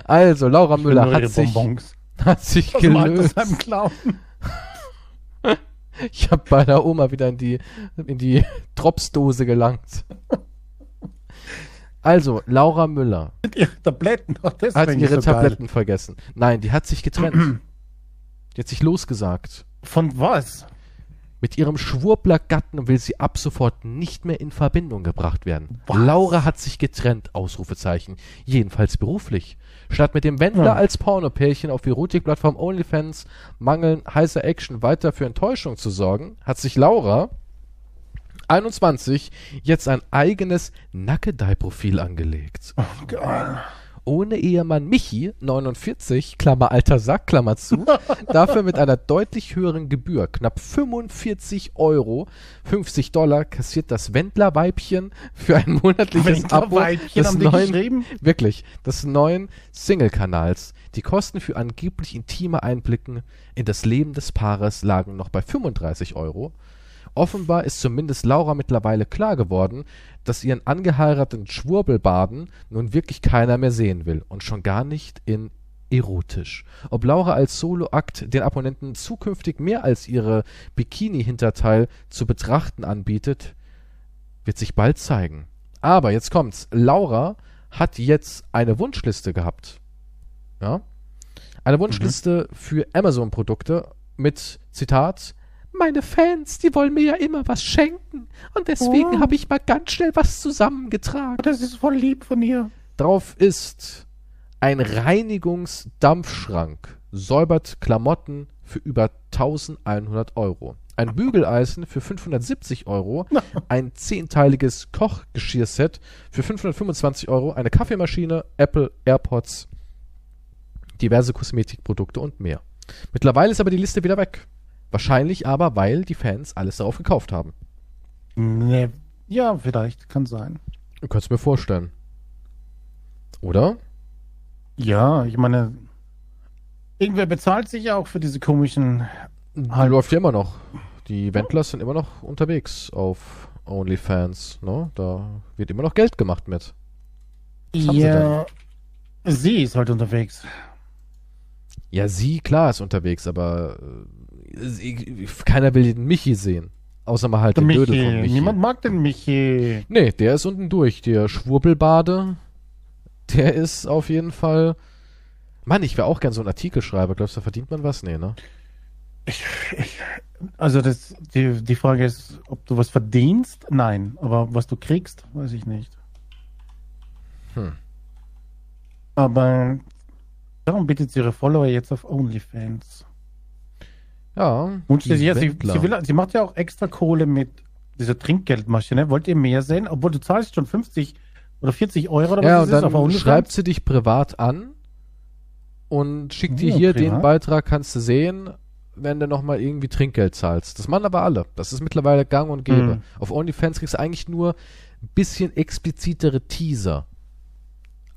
also, Laura Ich will Müller nur ihre hat sich, Bonbons. hat sich Aus dem gelöst. Altersheim klauen. Ich habe bei der Oma wieder in die, in die Tropfdose gelangt. Also, Laura Müller Ihre Tabletten. Auch hat deswegen ihre so geil. Tabletten vergessen. Nein, die hat sich getrennt. die hat sich losgesagt. Von was? Mit ihrem Schwurbler-Gatten will sie ab sofort nicht mehr in Verbindung gebracht werden. Was? Laura hat sich getrennt, Ausrufezeichen. Jedenfalls beruflich. Statt mit dem Wendler Ja. als Pornopärchen auf die Erotikplattform OnlyFans mangeln heißer Action weiter für Enttäuschung zu sorgen, hat sich Laura 21 jetzt ein eigenes Nackedei-Profil angelegt. Oh Ohne Ehemann Michi, 49, Klammer alter Sack, Klammer zu, dafür mit einer deutlich höheren Gebühr, knapp 45 Euro, 50 Dollar, kassiert das Wendler-Weibchen für ein monatliches Abo Wendler-Weibchen des haben die neuen, geschrieben? wirklich, des neuen Single-Kanals. Die Kosten für angeblich intime Einblicken in das Leben des Paares lagen noch bei 35 Euro Offenbar ist zumindest Laura mittlerweile klar geworden, dass ihren angeheirateten Schwurbelbaden nun wirklich keiner mehr sehen will und schon gar nicht in erotisch. Ob Laura als Soloakt den Abonnenten zukünftig mehr als ihre Bikini-Hinterteil zu betrachten anbietet, wird sich bald zeigen. Aber jetzt kommt's. Laura hat jetzt eine Wunschliste gehabt. Ja? Eine Wunschliste für Amazon-Produkte mit Zitat meine Fans, die wollen mir ja immer was schenken. Und deswegen Oh. habe ich mal ganz schnell was zusammengetragen. Das ist voll lieb von ihr. Drauf ist ein Reinigungsdampfschrank, säubert Klamotten für über 1100 Euro. Ein Bügeleisen für 570 Euro, ein zehnteiliges Kochgeschirrset für 525 Euro, eine Kaffeemaschine, Apple AirPods, diverse Kosmetikprodukte und mehr. Mittlerweile ist aber die Liste wieder weg. Wahrscheinlich aber, weil die Fans alles darauf gekauft haben. Nee. Ja, vielleicht, kann sein. Du kannst mir vorstellen. Oder? Ja, ich meine, irgendwer bezahlt sich ja auch für diese komischen. Ah, Die läuft ja immer noch. Die Wendlers sind immer noch unterwegs auf OnlyFans. Ne? Da wird immer noch Geld gemacht mit. Was haben sie sie, ist heute unterwegs. Ja, sie, klar, ist unterwegs, aber äh, sie, keiner will den Michi sehen. Außer mal halt Der den Michi. Dödel von Michi. Niemand mag den Michi. nee, der ist unten durch. Der Schwurbelbade, der ist auf jeden Fall... Mann, ich wäre auch gern so ein Artikelschreiber. Glaubst du, da verdient man was? Nee, ne? Also das, die, die Frage ist, ob du was verdienst? Nein. Aber was du kriegst, weiß ich nicht. Hm. Aber darum bittet sie ihre Follower jetzt auf OnlyFans. Ja. Und die sie, ja, sie, Wendler. sie, will, sie macht ja auch extra Kohle mit dieser Trinkgeldmaschine. Wollt ihr mehr sehen? Obwohl du zahlst schon 50 oder 40 Euro oder ja, was und ist, dann OnlyFans? schreibt sie dich privat an und schickt dir Ja, hier privat. den Beitrag, kannst du sehen, wenn du nochmal irgendwie Trinkgeld zahlst. Das machen aber alle. Das ist mittlerweile gang und gäbe. Mhm. Auf OnlyFans kriegst du eigentlich nur ein bisschen explizitere Teaser.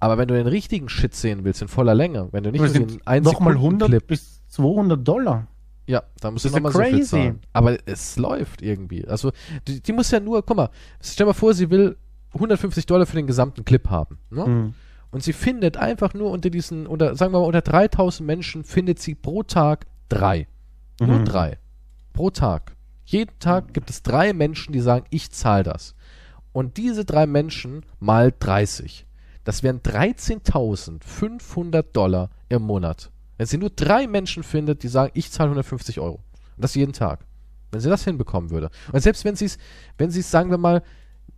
Aber wenn du den richtigen Shit sehen willst, in voller Länge, wenn du nicht Aber nur den sind einen nochmal 100 Clip, bis 200 Dollar. ja, da musst du Das ist ja nochmal so viel crazy. zahlen. Aber es läuft irgendwie. Also, die, die muss ja nur, guck mal, stell mal vor, sie will 150 Dollar für den gesamten Clip haben. Ne? Hm. Und sie findet einfach nur unter diesen, unter, sagen wir mal, unter 3000 Menschen findet sie pro Tag drei. Nur Mhm. drei. Pro Tag. Jeden Tag gibt es drei Menschen, die sagen, ich zahle das. Und diese drei Menschen mal 30. Das wären 13.500 Dollar im Monat. Wenn sie nur drei Menschen findet, die sagen, ich zahle 150 Euro. Und das jeden Tag. Wenn sie das hinbekommen würde. Und selbst wenn sie es, wenn sie es, sagen wir mal,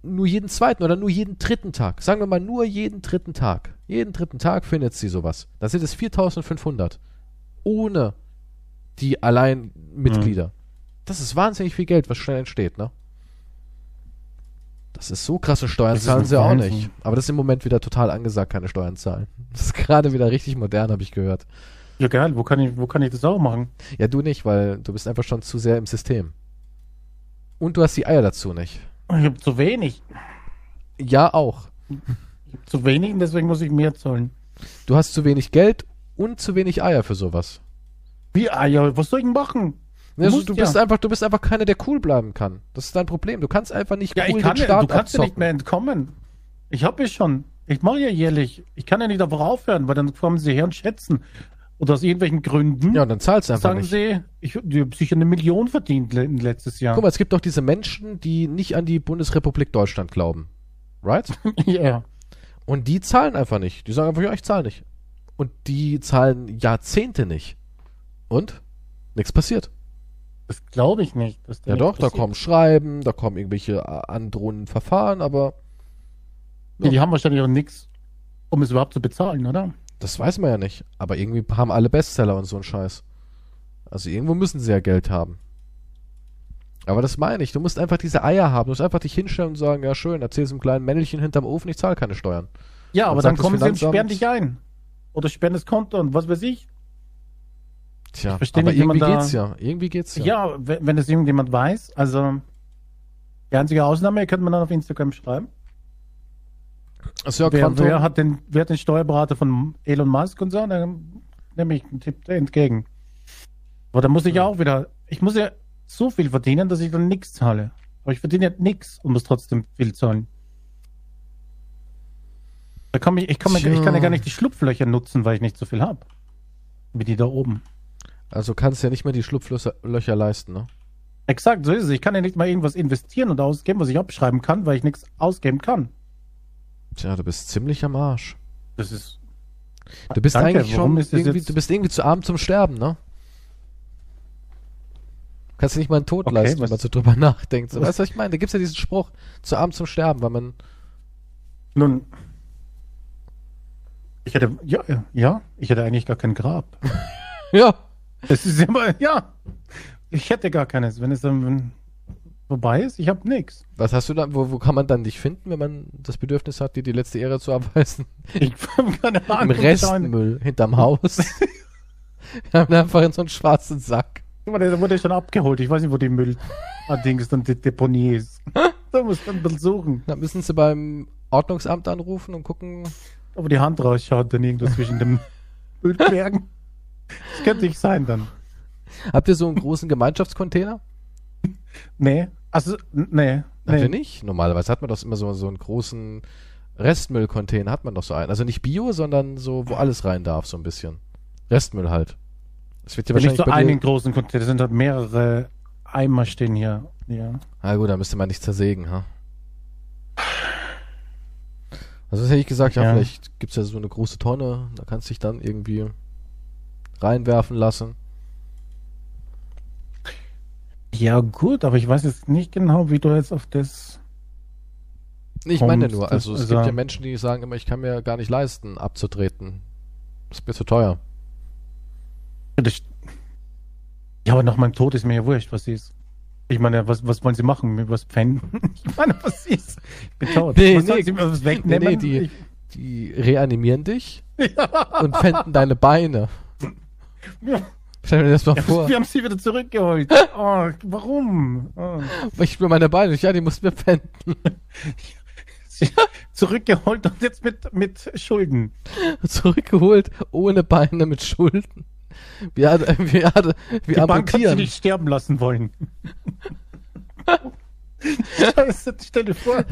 nur jeden zweiten oder nur jeden dritten Tag, sagen wir mal nur jeden dritten Tag, jeden dritten Tag findet sie sowas. Da sind es 4.500. Ohne die allein Mitglieder. Mhm. Das ist wahnsinnig viel Geld, was schnell entsteht, ne? Das ist so krasse Steuern Das ist zahlen ein sie auch Wahnsinn. nicht. Aber das ist im Moment wieder total angesagt, keine Steuern zahlen. Das ist gerade wieder richtig modern, habe ich gehört. Ja, geil. Wo kann, ich, wo kann ich das auch machen? Ja, du nicht, weil du bist einfach schon zu sehr im System. Und du hast die Eier dazu nicht. Ich habe zu wenig. Ja, auch. Ich hab zu wenig und deswegen muss ich mehr zahlen. Du hast zu wenig Geld und zu wenig Eier für sowas. Wie, ah ja, was soll ich denn machen? Du, also, musst du ja. bist einfach, du bist einfach keiner, der cool bleiben kann. Das ist dein Problem. Du kannst einfach nicht Ja, cool ich kann den ja, Start du kannst ja nicht abzocken. mehr entkommen. Ich habe ja schon. Ich mache ja jährlich. Ich kann ja nicht einfach aufhören, weil dann kommen sie her und schätzen. Oder aus irgendwelchen Gründen Ja, und dann zahlst du einfach sagen nicht. sie, ich, die haben sicher eine Million verdient le- letztes Jahr. Guck mal, es gibt doch diese Menschen, die nicht an die Bundesrepublik Deutschland glauben. Right? ja. Und die zahlen einfach nicht. Die sagen einfach, ja, ich zahle nicht. Und die zahlen Jahrzehnte nicht. Und? Nichts passiert. Das glaube ich nicht. dass da Ja nichts doch, da passiert. kommen Schreiben, da kommen irgendwelche äh, androhenden Verfahren, aber Ja, die haben wahrscheinlich auch nichts, um es überhaupt zu bezahlen, oder? das weiß man ja nicht. Aber irgendwie haben alle Bestseller und so einen Scheiß. Also irgendwo müssen sie ja Geld haben. Aber das meine ich, du musst einfach diese Eier haben, du musst einfach dich hinstellen und sagen, ja schön, erzähl's dem kleinen Männchen hinterm Ofen, ich zahle keine Steuern. Ja, aber sagt dann das kommen sie und Finanzamt? sperren dich ein. Oder sperren das Konto und was weiß ich. Tja, Ich verstehe aber nicht, wie man irgendwie da- geht's ja. Irgendwie geht's ja. Ja, we- wenn das irgendjemand weiß, also die einzige Ausnahme könnte man dann auf Instagram schreiben. Sir Wer, Quantum, wer, hat den, wer hat den Steuerberater von Elon Musk und so? Dann nehme ich einen Tipp entgegen. Aber da muss ich ja auch wieder, ich muss ja so viel verdienen, dass ich dann nichts zahle. Aber ich verdiene halt nichts und muss trotzdem viel zahlen. Da kann ich, ich, kann mir, Tja. ich kann ja gar nicht die Schlupflöcher nutzen, weil ich nicht so viel habe. Wie die da oben. Also kannst ja nicht mehr die Schlupflöcher Löcher leisten, ne? Exakt, so ist es. Ich kann ja nicht mal irgendwas investieren und ausgeben, was ich abschreiben kann, weil ich nichts ausgeben kann. Tja, du bist ziemlich am Arsch. Das ist. Du bist Danke, eigentlich warum schon ist das irgendwie, jetzt- du bist irgendwie zu arm zum Sterben, ne? Kannst du nicht mal einen Tod Okay, leisten, wenn was- man so drüber nachdenkt. So, was- weißt du, was ich meine? Da gibt's ja diesen Spruch, zu arm zum Sterben, weil man Nun. Ich hätte. Ja, ja, ja, ich hätte eigentlich gar kein Grab. ja, Es ist immer. Ja. Ich hätte gar keines. Wenn es dann wenn vorbei ist, ich habe nichts. was hast du dann, wo, wo kann man dann dich finden, wenn man das Bedürfnis hat, dir die letzte Ehre zu erweisen? Ich habe keine Im Ahnung. Schauen. Restmüll, hinterm Haus. Wir haben da einfach in so einen schwarzen Sack. Guck mal, Der wurde schon abgeholt. Ich weiß nicht, wo die Müll. Ah, Dings und die Deponie ist. Da musst du ein bisschen suchen. Dann müssen sie beim Ordnungsamt anrufen und gucken, Aber die Hand rausschaut, dann irgendwo zwischen den Müllbergen. Das könnte ich sein dann. habt ihr so einen großen Gemeinschaftscontainer? Nee. Also, n- nee. Habt ihr nee. nicht? Normalerweise hat man doch immer so, so einen großen Restmüllcontainer, hat man doch so einen. Also nicht Bio, sondern so, wo alles rein darf, so ein bisschen. Restmüll halt. Das wird ja Ja, nicht wahrscheinlich so bei einen dir, großen Container, das sind halt mehrere Eimer stehen hier. Ja. Ah gut, da müsste man nicht zersägen, ha? Also das hätte ich gesagt, ja, Ja. vielleicht gibt's ja so eine große Tonne, da kannst du dich dann irgendwie reinwerfen lassen. ja, gut, aber ich weiß jetzt nicht genau, wie du jetzt auf das. Nee, Ich meine Kommst nur, du- also es also- gibt ja Menschen, die sagen immer, ich kann mir gar nicht leisten, abzutreten. Ist mir zu teuer. das ja, aber nach meinem Tod ist mir ja wurscht, was ist. Ich meine, was, was wollen sie machen? Mir was pfänden? Ich meine, was ist? Ich bin tot. Nee, was nee. sollen sie mir was wegnehmen? Nee, nee, die- ich, Die reanimieren dich und fänden deine Beine. Ja. Stell mir das mal vor. wir haben sie wieder zurückgeholt. Oh, warum? Oh. Ich will meine Beine. Ja, die musst du mir pfänden. Zurückgeholt und jetzt mit, mit Schulden. Zurückgeholt, ohne Beine, mit Schulden. Wir, ad- wir, ad- wir Die Bank hat sie amputieren. nicht sterben lassen wollen. Scheiße, stell dir vor.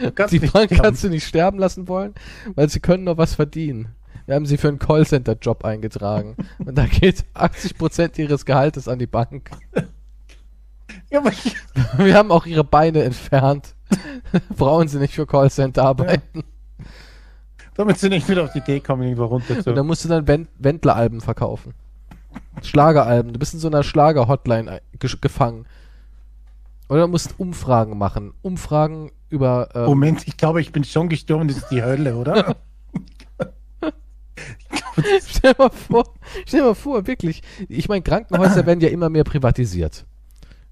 Du kannst Die nicht Bank sterben. hat sie nicht sterben lassen wollen, weil sie können noch was verdienen. Wir haben sie für einen Callcenter-Job eingetragen. Und da geht 80% ihres Gehaltes an die Bank. ja, aber ich, Wir haben auch ihre Beine entfernt. Brauchen sie nicht für Callcenter arbeiten. damit sie nicht wieder auf die Idee kommen, irgendwo runter Und dann zu. musst du dann Wen- Wendler-Alben verkaufen. Schlageralben. Du bist in so einer Schlager-Hotline äh, gesch- gefangen. Oder du musst Umfragen machen. Umfragen über. ähm, Moment, ich glaube, ich bin schon gestorben, das ist die Hölle, oder? stell dir mal vor, stell dir mal vor, wirklich. Ich meine, Krankenhäuser werden ja immer mehr privatisiert.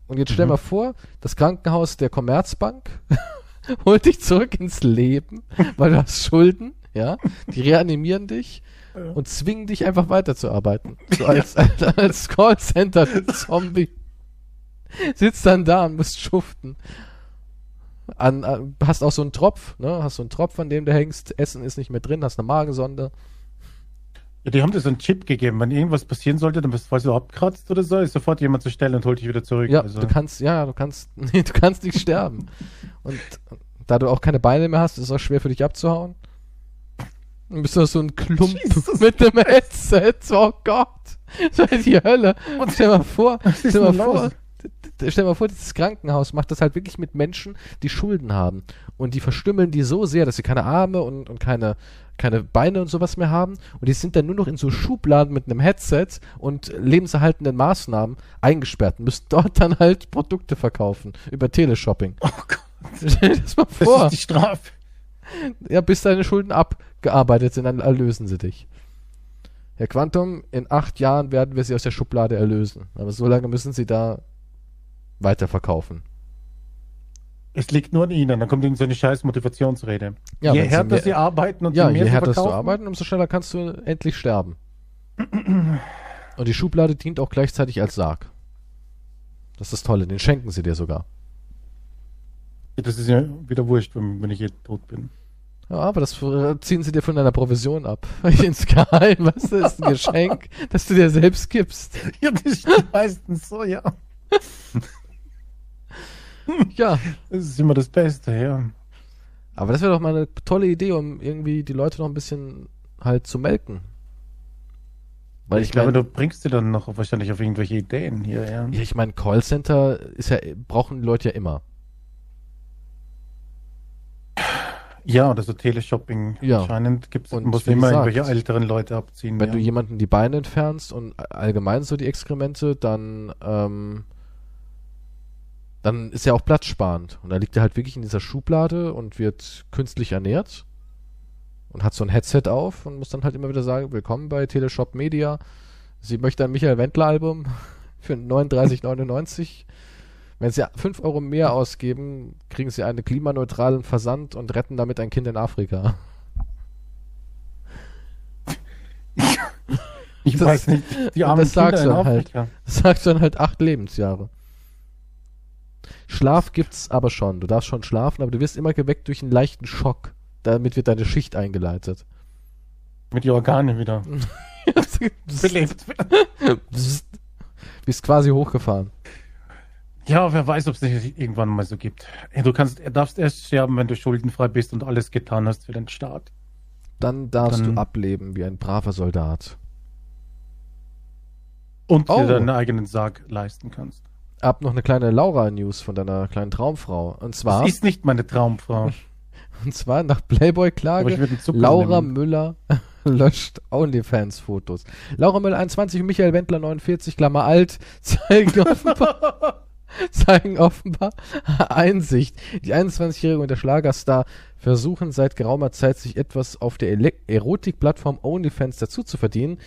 Und jetzt stell dir mal vor, das Krankenhaus der Commerzbank holt dich zurück ins Leben, weil du hast Schulden, ja. Die reanimieren dich und zwingen dich einfach weiterzuarbeiten. So als, als Callcenter-Zombie. Sitzt dann da und musst schuften. An, an, hast auch so einen Tropf, ne? Hast so einen Tropf, an dem du hängst. Essen ist nicht mehr drin, hast eine Magensonde. Ja, die haben dir so einen Chip gegeben. Wenn irgendwas passieren sollte, dann bist, falls du abkratzt oder so, ist sofort jemand zur Stelle und holt dich wieder zurück. Ja, also, du kannst, ja, du kannst, nee, du kannst nicht sterben. Und da du auch keine Beine mehr hast, ist es auch schwer für dich abzuhauen. Dann bist du so ein Klump Jesus mit dem Headset. Oh Gott. Das war die Hölle. Und stell mal vor, ist stell mal denn vor, los? d- d- stell mal vor, dieses Krankenhaus macht das halt wirklich mit Menschen, die Schulden haben. Und die verstümmeln die so sehr, dass sie keine Arme und, und keine, keine Beine und sowas mehr haben. Und die sind dann nur noch in so Schubladen mit einem Headset und lebenserhaltenden Maßnahmen eingesperrt und müssen dort dann halt Produkte verkaufen über Teleshopping. oh Gott, Stell dir das mal das vor. ist die Strafe. Ja, bis deine Schulden abgearbeitet sind, dann erlösen sie dich. Herr Quantum, in acht Jahren werden wir sie aus der Schublade erlösen. Aber so lange müssen sie da weiterverkaufen. Es liegt nur an ihnen. Dann kommt irgend so eine scheiß Motivationsrede. Ja, je wenn sie härter mehr- sie arbeiten und ja, je mehr je sie härter du verkaufen, arbeiten, umso schneller kannst du endlich sterben. Und die Schublade dient auch gleichzeitig als Sarg. Das ist das Tolle, den schenken sie dir sogar. Das ist ja wieder wurscht, wenn, wenn ich jetzt eh tot bin. Ja, aber das äh, ziehen sie dir von deiner Provision ab. Insgeheim, weißt du, ist ein Geschenk, das du dir selbst gibst. Ja, das stimmt meistens so, ja. Ja, Das ist immer das Beste, ja. aber das wäre doch mal eine tolle Idee, um irgendwie die Leute noch ein bisschen halt zu melken. Weil ich glaube, du bringst sie dann noch wahrscheinlich auf irgendwelche Ideen hier, ja. Ja, ich meine, Callcenter ist ja, brauchen die Leute ja immer. Ja, oder so Teleshopping. Ja. Anscheinend gibt's, Und muss wie immer gesagt, irgendwelche älteren Leute abziehen. Wenn ja. du jemanden die Beine entfernst und allgemein so die Exkremente, dann, ähm, dann ist er auch platzsparend. Und da liegt er halt wirklich in dieser Schublade und wird künstlich ernährt und hat so ein Headset auf und muss dann halt immer wieder sagen, willkommen bei Teleshop Media. Sie möchte ein Michael Wendler Album für 39,99. Wenn Sie 5 Euro mehr ausgeben, kriegen Sie einen klimaneutralen Versand und retten damit ein Kind in Afrika. ich das- weiß nicht, die das armen Kinder sagst in du halt. Afrika. Das sagt dann halt acht Lebensjahre. Schlaf gibt's aber schon. Du darfst schon schlafen, aber du wirst immer geweckt durch einen leichten Schock. Damit wird deine Schicht eingeleitet. Mit die Organe wieder. Belebt. Bist quasi hochgefahren. Ja, wer weiß, ob es nicht irgendwann mal so gibt. Ey, Du kannst, darfst erst sterben, wenn du schuldenfrei bist und alles getan hast für den Staat. Dann darfst Dann- du ableben wie ein braver Soldat. Und Oh. dir deinen eigenen Sarg leisten kannst. Ab noch eine kleine Laura-News von deiner kleinen Traumfrau. Und zwar, Das ist nicht meine Traumfrau. und zwar nach Playboy-Klage Aber Oh, ich würde einen Zucker Laura nehmen. Müller löscht OnlyFans-Fotos. Laura Müller 21 und Michael Wendler 49, Klammer alt, zeigen offenbar, zeigen offenbar Einsicht. Die 21-Jährige und der Schlagerstar versuchen seit geraumer Zeit, sich etwas auf der Ele Erotik-Plattform OnlyFans dazu zu verdienen.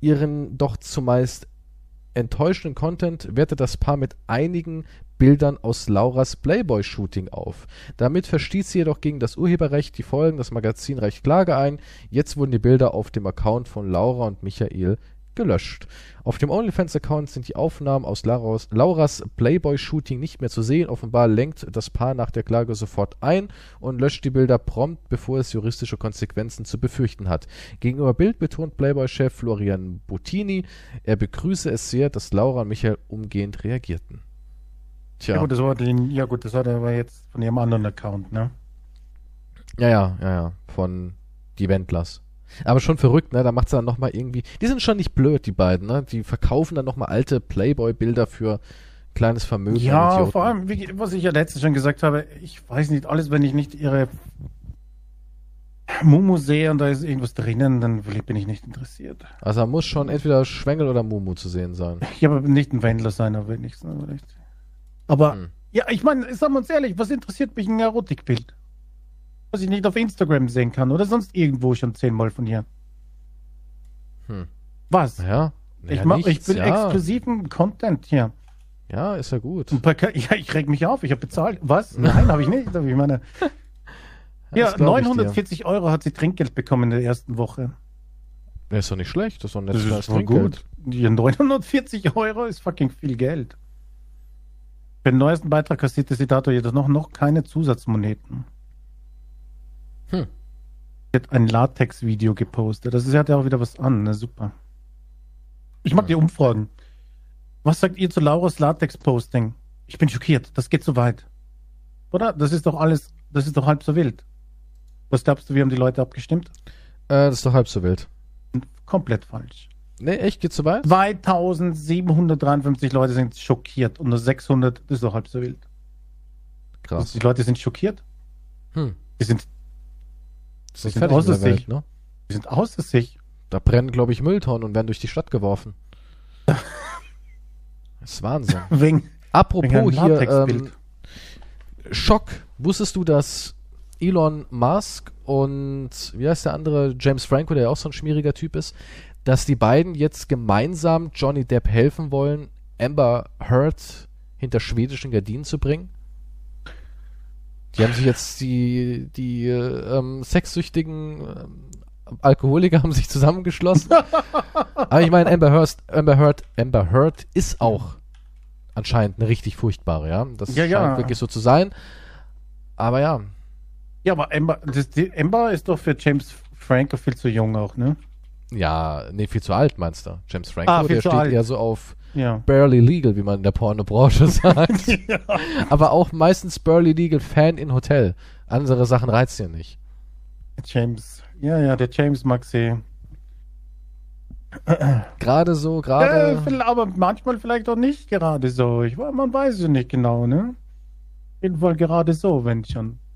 Ihren doch zumeist enttäuschenden Content wertet das Paar mit einigen Bildern aus Lauras Playboy-Shooting auf. Damit verstieß sie jedoch gegen das Urheberrecht die Folgen. Das Magazin reicht Klage ein. Jetzt wurden die Bilder auf dem Account von Laura und Michael gelöscht. Auf dem OnlyFans-Account sind die Aufnahmen aus Lauras, Lauras Playboy-Shooting nicht mehr zu sehen. Offenbar lenkt das Paar nach der Klage sofort ein und löscht die Bilder prompt, bevor es juristische Konsequenzen zu befürchten hat. Gegenüber Bild betont Playboy-Chef Florian Bottini, er begrüße es sehr, dass Laura und Michael umgehend reagierten. Tja. Ja. gut, das war den, ja gut, das war der aber jetzt von ihrem anderen Account, ne? Ja, ja, ja, ja. Von die Wendlers. Aber schon verrückt, ne? Da macht's dann nochmal irgendwie. Die sind schon nicht blöd, die beiden, ne? Die verkaufen dann nochmal alte Playboy-Bilder für kleines Vermögen. an Ja, Idioten. vor allem, wie, was ich ja letztens schon gesagt habe, ich weiß nicht alles, wenn ich nicht ihre Mumu sehe und da ist irgendwas drinnen, dann will ich- bin ich nicht interessiert. Also da muss schon entweder Schwengel oder Mumu zu sehen sein. Ich habe nicht ein Wendler sein, aber wenigstens. Aber, nicht. aber Hm. ja, ich meine, sagen wir uns ehrlich, was interessiert mich ein Erotikbild? Was ich nicht auf Instagram sehen kann oder sonst irgendwo schon zehnmal von ihr. Hm. Was? Ja. ich, ja, mach, nichts, ich will ja. exklusiven Content hier. Ja, ist ja gut. Ein paar Ka- Ja, ich reg mich auf, ich habe bezahlt. Was? Nein, habe ich nicht. Aber Ich meine, ja, Das glaub ich dir. 940 Euro hat sie Trinkgeld bekommen in der ersten Woche. Ja, Ist doch nicht schlecht. Das ist doch ein Das nettes kleines ist voll Trinkgeld. gut. Ja, 940 Euro ist fucking viel Geld. Für den neuesten Beitrag kassierte sie dato jedoch noch, noch keine Zusatzmoneten. Hm. Sie hat ein Latex-Video gepostet. Das ist, sie hat ja auch wieder was an. Na, super. Ich mag Hm. die Umfragen. Was sagt ihr zu Lauras Latex-Posting? Ich bin schockiert. Das geht zu weit. Oder? Das ist doch alles, das ist doch halb so wild. Was glaubst du, wie haben die Leute abgestimmt? Äh, das ist doch halb so wild. Komplett falsch. Nee, echt? Geht's so weit? 2753 Leute sind schockiert und nur 600, das ist doch halb so wild. Krass. Die Leute sind schockiert. Hm. Die sind, Das ist sind fertig mit der außer Welt, sich. ne? die sind außer sich. Da brennen, glaube ich, Mülltonnen und werden durch die Stadt geworfen. Das ist Wahnsinn. Wegen, wegen einem Apropos hier, ähm, Latexbild. Schock. Wusstest du, dass Elon Musk und, wie heißt der andere, James Franco, der ja auch so ein schmieriger Typ ist, dass die beiden jetzt gemeinsam Johnny Depp helfen wollen, Amber Heard hinter schwedischen Gardinen zu bringen? Die haben sich jetzt die, die äh, ähm, sexsüchtigen ähm, Alkoholiker haben sich zusammengeschlossen. Aber ich meine, Amber Heard, Amber Heard, Amber Heard ist auch anscheinend eine richtig furchtbare, ja. Das Ja, ja. scheint wirklich so zu sein. Aber ja, Ja, aber Ember, das, die, Ember ist doch für James Franco viel zu jung auch, ne? Ja, nee, viel zu alt meinst du. James Franco, Ah, viel der zu steht alt. eher so auf Ja. barely legal, wie man in der Pornobranche sagt. Aber auch meistens barely legal Fan in Hotel. Andere Sachen reizt ihn nicht. James. Ja, ja, der James Maxi. Gerade so, Äh, gerade. vill- aber manchmal vielleicht auch nicht gerade so. Ich, wa- man weiß es nicht genau, ne? Auf jeden Fall gerade so, wenn schon.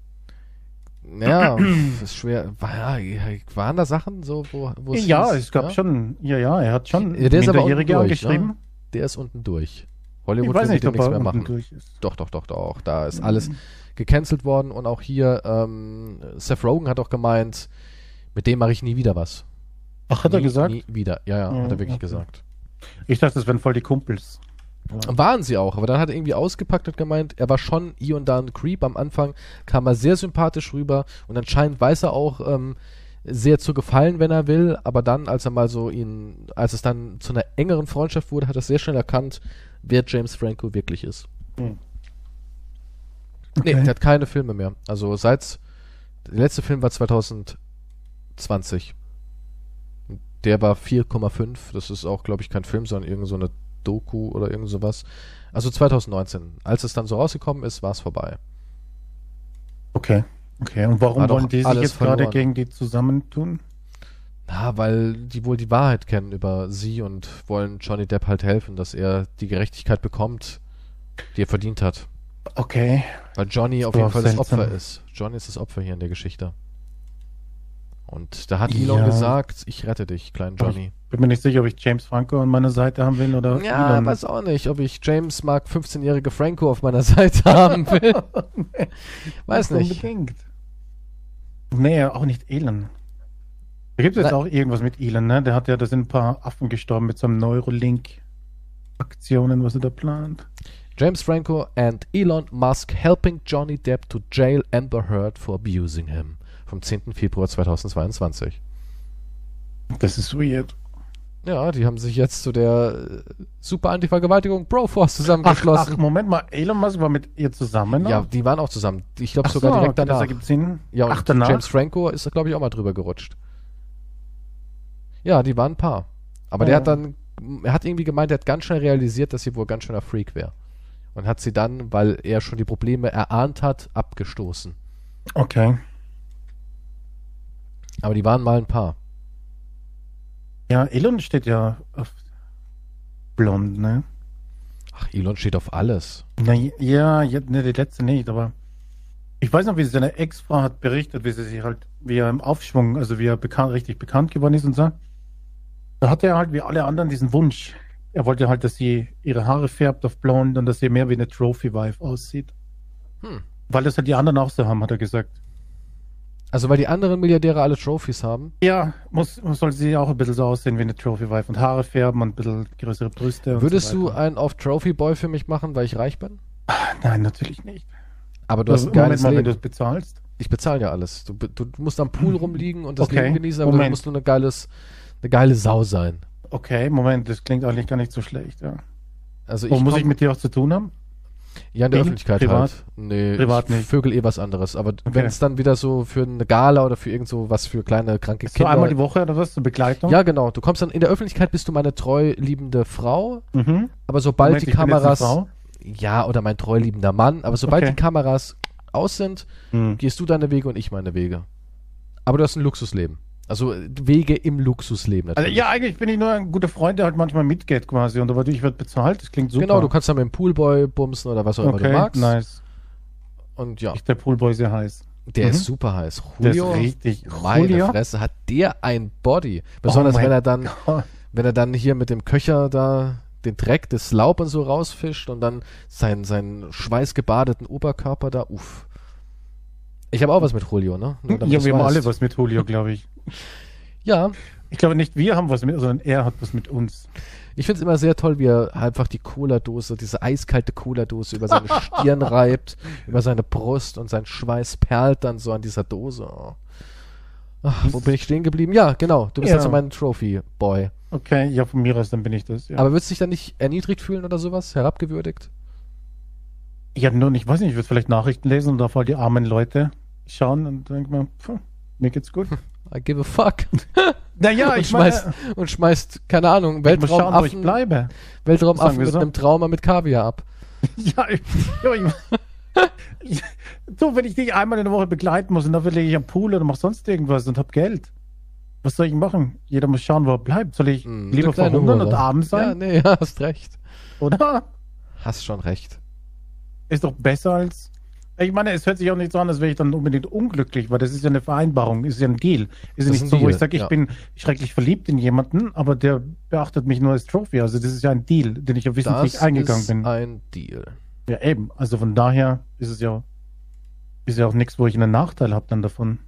Ja, pf, ist schwer. War, ja, waren da Sachen so, wo, wo Ja, hieß, es gab ja? schon. Ja, ja, er hat schon Ja, der ist aber unten Minderjährige durch, angeschrieben. ne? Der ist unten durch. Ich Hollywood weiß will mit dem nicht, ob nichts er mehr unten machen. durch ist. Doch, doch, doch, doch. Da ist alles gecancelt worden und auch hier ähm, Seth Rogen hat auch gemeint, mit dem mache ich nie wieder was. Ach, hat nie, er gesagt? Nie wieder. Ja, ja, Ja, hat er wirklich okay. gesagt. Ich dachte, das wären voll die Kumpels. Waren sie auch, aber dann hat er irgendwie ausgepackt und gemeint, er war schon hier und da ein Creep. Am Anfang kam er sehr sympathisch rüber und anscheinend weiß er auch ähm, sehr zu gefallen, wenn er will, aber dann, als er mal so ihn, als es dann zu einer engeren Freundschaft wurde, hat er sehr schnell erkannt, wer James Franco wirklich ist. Hm. Nee, Okay. der hat keine Filme mehr. Also seit der letzte Film war 2020. Der war 4,5. Das ist auch, glaube ich, kein Film, sondern irgend so eine Doku oder irgend sowas. Also 2019. Als es dann so rausgekommen ist, war es vorbei. Okay. Okay, und warum Hat doch wollen die sich alles jetzt gerade verloren. gegen die zusammentun? Na, weil die wohl die Wahrheit kennen über sie und wollen Johnny Depp halt helfen, dass er die Gerechtigkeit bekommt, die er verdient hat. Okay. Weil Johnny auf Boah, jeden Fall das seltsam. Opfer ist. Johnny ist das Opfer hier in der Geschichte. Und da hat Elon Ja. gesagt, ich rette dich, kleinen Aber Johnny. Bin mir nicht sicher, ob ich James Franco an meiner Seite haben will oder Ja, Elon. weiß auch nicht, ob ich James Mark 15-jährige Franco auf meiner Seite haben will. weiß nicht. Unbedingt. Nee, auch nicht Elon. Da gibt es jetzt Na- auch irgendwas mit Elon, ne? Der hat ja, da sind ein paar Affen gestorben mit so einem Neurolink-Aktionen, was er da plant. James Franco and Elon Musk helping Johnny Depp to jail Amber Heard for abusing him. Vom 10. Februar 2022. Das ist weird. Ja, die haben sich jetzt zu der äh, Super Anti-Vergewaltigung Broforce Ach, ach, zusammengeschlossen. Moment mal, Elon Musk war mit ihr zusammen? ja, die waren auch zusammen. Ich glaube ach sogar so, direkt okay, Das danach. ergibt Sinn. Ja, und ach, danach? James Franco ist da, glaube ich, auch mal drüber gerutscht. Ja, die waren ein Paar. Aber Ah, der ja. hat dann, er hat irgendwie gemeint, er hat ganz schnell realisiert, dass sie wohl ganz schöner Freak wäre. Und hat sie dann, weil er schon die Probleme erahnt hat, abgestoßen. okay. Aber die waren mal ein Paar. Ja, Elon steht ja auf blond, ne? Ach, Elon steht auf alles. Na, ja, ja, ne, die letzte nicht, aber ich weiß noch, wie seine Ex-Frau hat berichtet, wie sie sich halt, wie er im Aufschwung, also wie er bekannt, richtig bekannt geworden ist und so. Da hatte er halt wie alle anderen diesen Wunsch. Er wollte halt, dass sie ihre Haare färbt auf blond und dass sie mehr wie eine Trophy-Wife aussieht. Hm. Weil das halt die anderen auch so haben, hat er gesagt. Also, weil die anderen Milliardäre alle Trophies haben, Ja, muss, muss soll sie auch ein bisschen so aussehen wie eine Trophy-Wife und Haare färben und ein bisschen größere Brüste. und würdest so du weiter. einen auf Trophy Boy für mich machen, weil ich reich bin? Nein, natürlich nicht. Aber du hast ein Moment geiles mal, wenn Leben. du es bezahlst. Ich bezahle ja alles. Du, be- du musst am Pool rumliegen und das Okay, Leben genießen, aber Moment. du musst nur eine, geiles, eine geile Sau sein. Okay, Moment, das klingt eigentlich gar nicht so schlecht, ja. Also ich Und Oh, muss ich komm- mit dir auch zu tun haben? ja in der Ding? Öffentlichkeit Privat? halt. Nee, Privat ich nicht. Vögel eh was anderes. Aber wenn es dann wieder so für eine Gala oder für irgend so was für kleine kranke So Kinder. einmal die Woche oder was? Zur Begleitung? ja, genau. Du kommst dann in der Öffentlichkeit bist du meine treu liebende Frau, Mhm. aber sobald Moment, die ich bin jetzt eine Kameras Frau? ja oder mein treu liebender Mann, aber sobald Okay. die Kameras aus sind, Hm. gehst du deine Wege und ich meine Wege. Aber du hast ein Luxusleben. Also äh, Wege im Luxusleben Also, natürlich. ja, eigentlich bin ich nur ein guter Freund, der halt manchmal mitgeht quasi. Und aber ich werde bezahlt, das klingt super. Genau, du kannst dann mit dem Poolboy bumsen oder was auch immer okay, du magst. nice. Und ja, Ich, der Poolboy sehr heiß. der Mhm. ist super heiß. Der ist Julio, richtig. meine Julio? Oh Fresse, hat der ein Body. Besonders mein wenn er dann, Gott. wenn er dann hier mit dem Köcher da den Dreck, das Laub und so rausfischt und dann seinen, seinen schweißgebadeten Oberkörper da, uff. Ich habe auch was mit Julio, ne? Nur damit Hm, Ja, du's wir haben weißt. alle was mit Julio, glaube ich. Ja, Ich glaube nicht wir haben was mit, sondern er hat was mit uns. ich finde es immer sehr toll, wie er einfach die Cola-Dose, diese eiskalte Cola-Dose über seine Stirn reibt, über seine Brust und sein Schweiß perlt dann so an dieser Dose. Oh. Ach, wo bin ich stehen geblieben? Ja, genau. Du bist Ja. also mein Trophy-Boy. Okay, ja, von mir aus, dann bin ich das. Ja. Aber würdest du dich dann nicht erniedrigt fühlen oder sowas? Herabgewürdigt? Ja, nun, ich weiß nicht, ich würde vielleicht Nachrichten lesen und auf all die armen Leute, schauen und denke mir, pff, mir geht's gut. I give a fuck. Naja, und, schmeißt, und schmeißt, keine Ahnung, ich muss schauen, wo ich Weltraumaffen, bleibe. Weltraumaffen Sagen wir mit so. einem Trauma mit Kaviar ab. Ja, ich, ja, ich, so, wenn ich dich einmal in der Woche begleiten muss und dafür lege ich am Pool oder mach sonst irgendwas und hab Geld. Was soll ich machen? Jeder muss schauen, wo er bleibt. Soll ich Hm, lieber der kleine verhungern und Hurer. arm Ja, sein? nee, ja, hast recht. Oder? Hast schon recht. Ist doch besser als. Ich meine, es hört sich auch nicht so an, als wäre ich dann unbedingt unglücklich, weil das ist ja eine Vereinbarung, ist ja ein Deal. Ist ja Das ist nicht ein so, wo Deal, ich sage, ich ja. bin schrecklich verliebt in jemanden, aber der beachtet mich nur als Trophy. Also das ist ja ein Deal, den ich ja wissentlich eingegangen ist bin. ein Deal. Ja, eben. Also von daher ist es ja, ist ja auch nichts, wo ich einen Nachteil habe dann davon.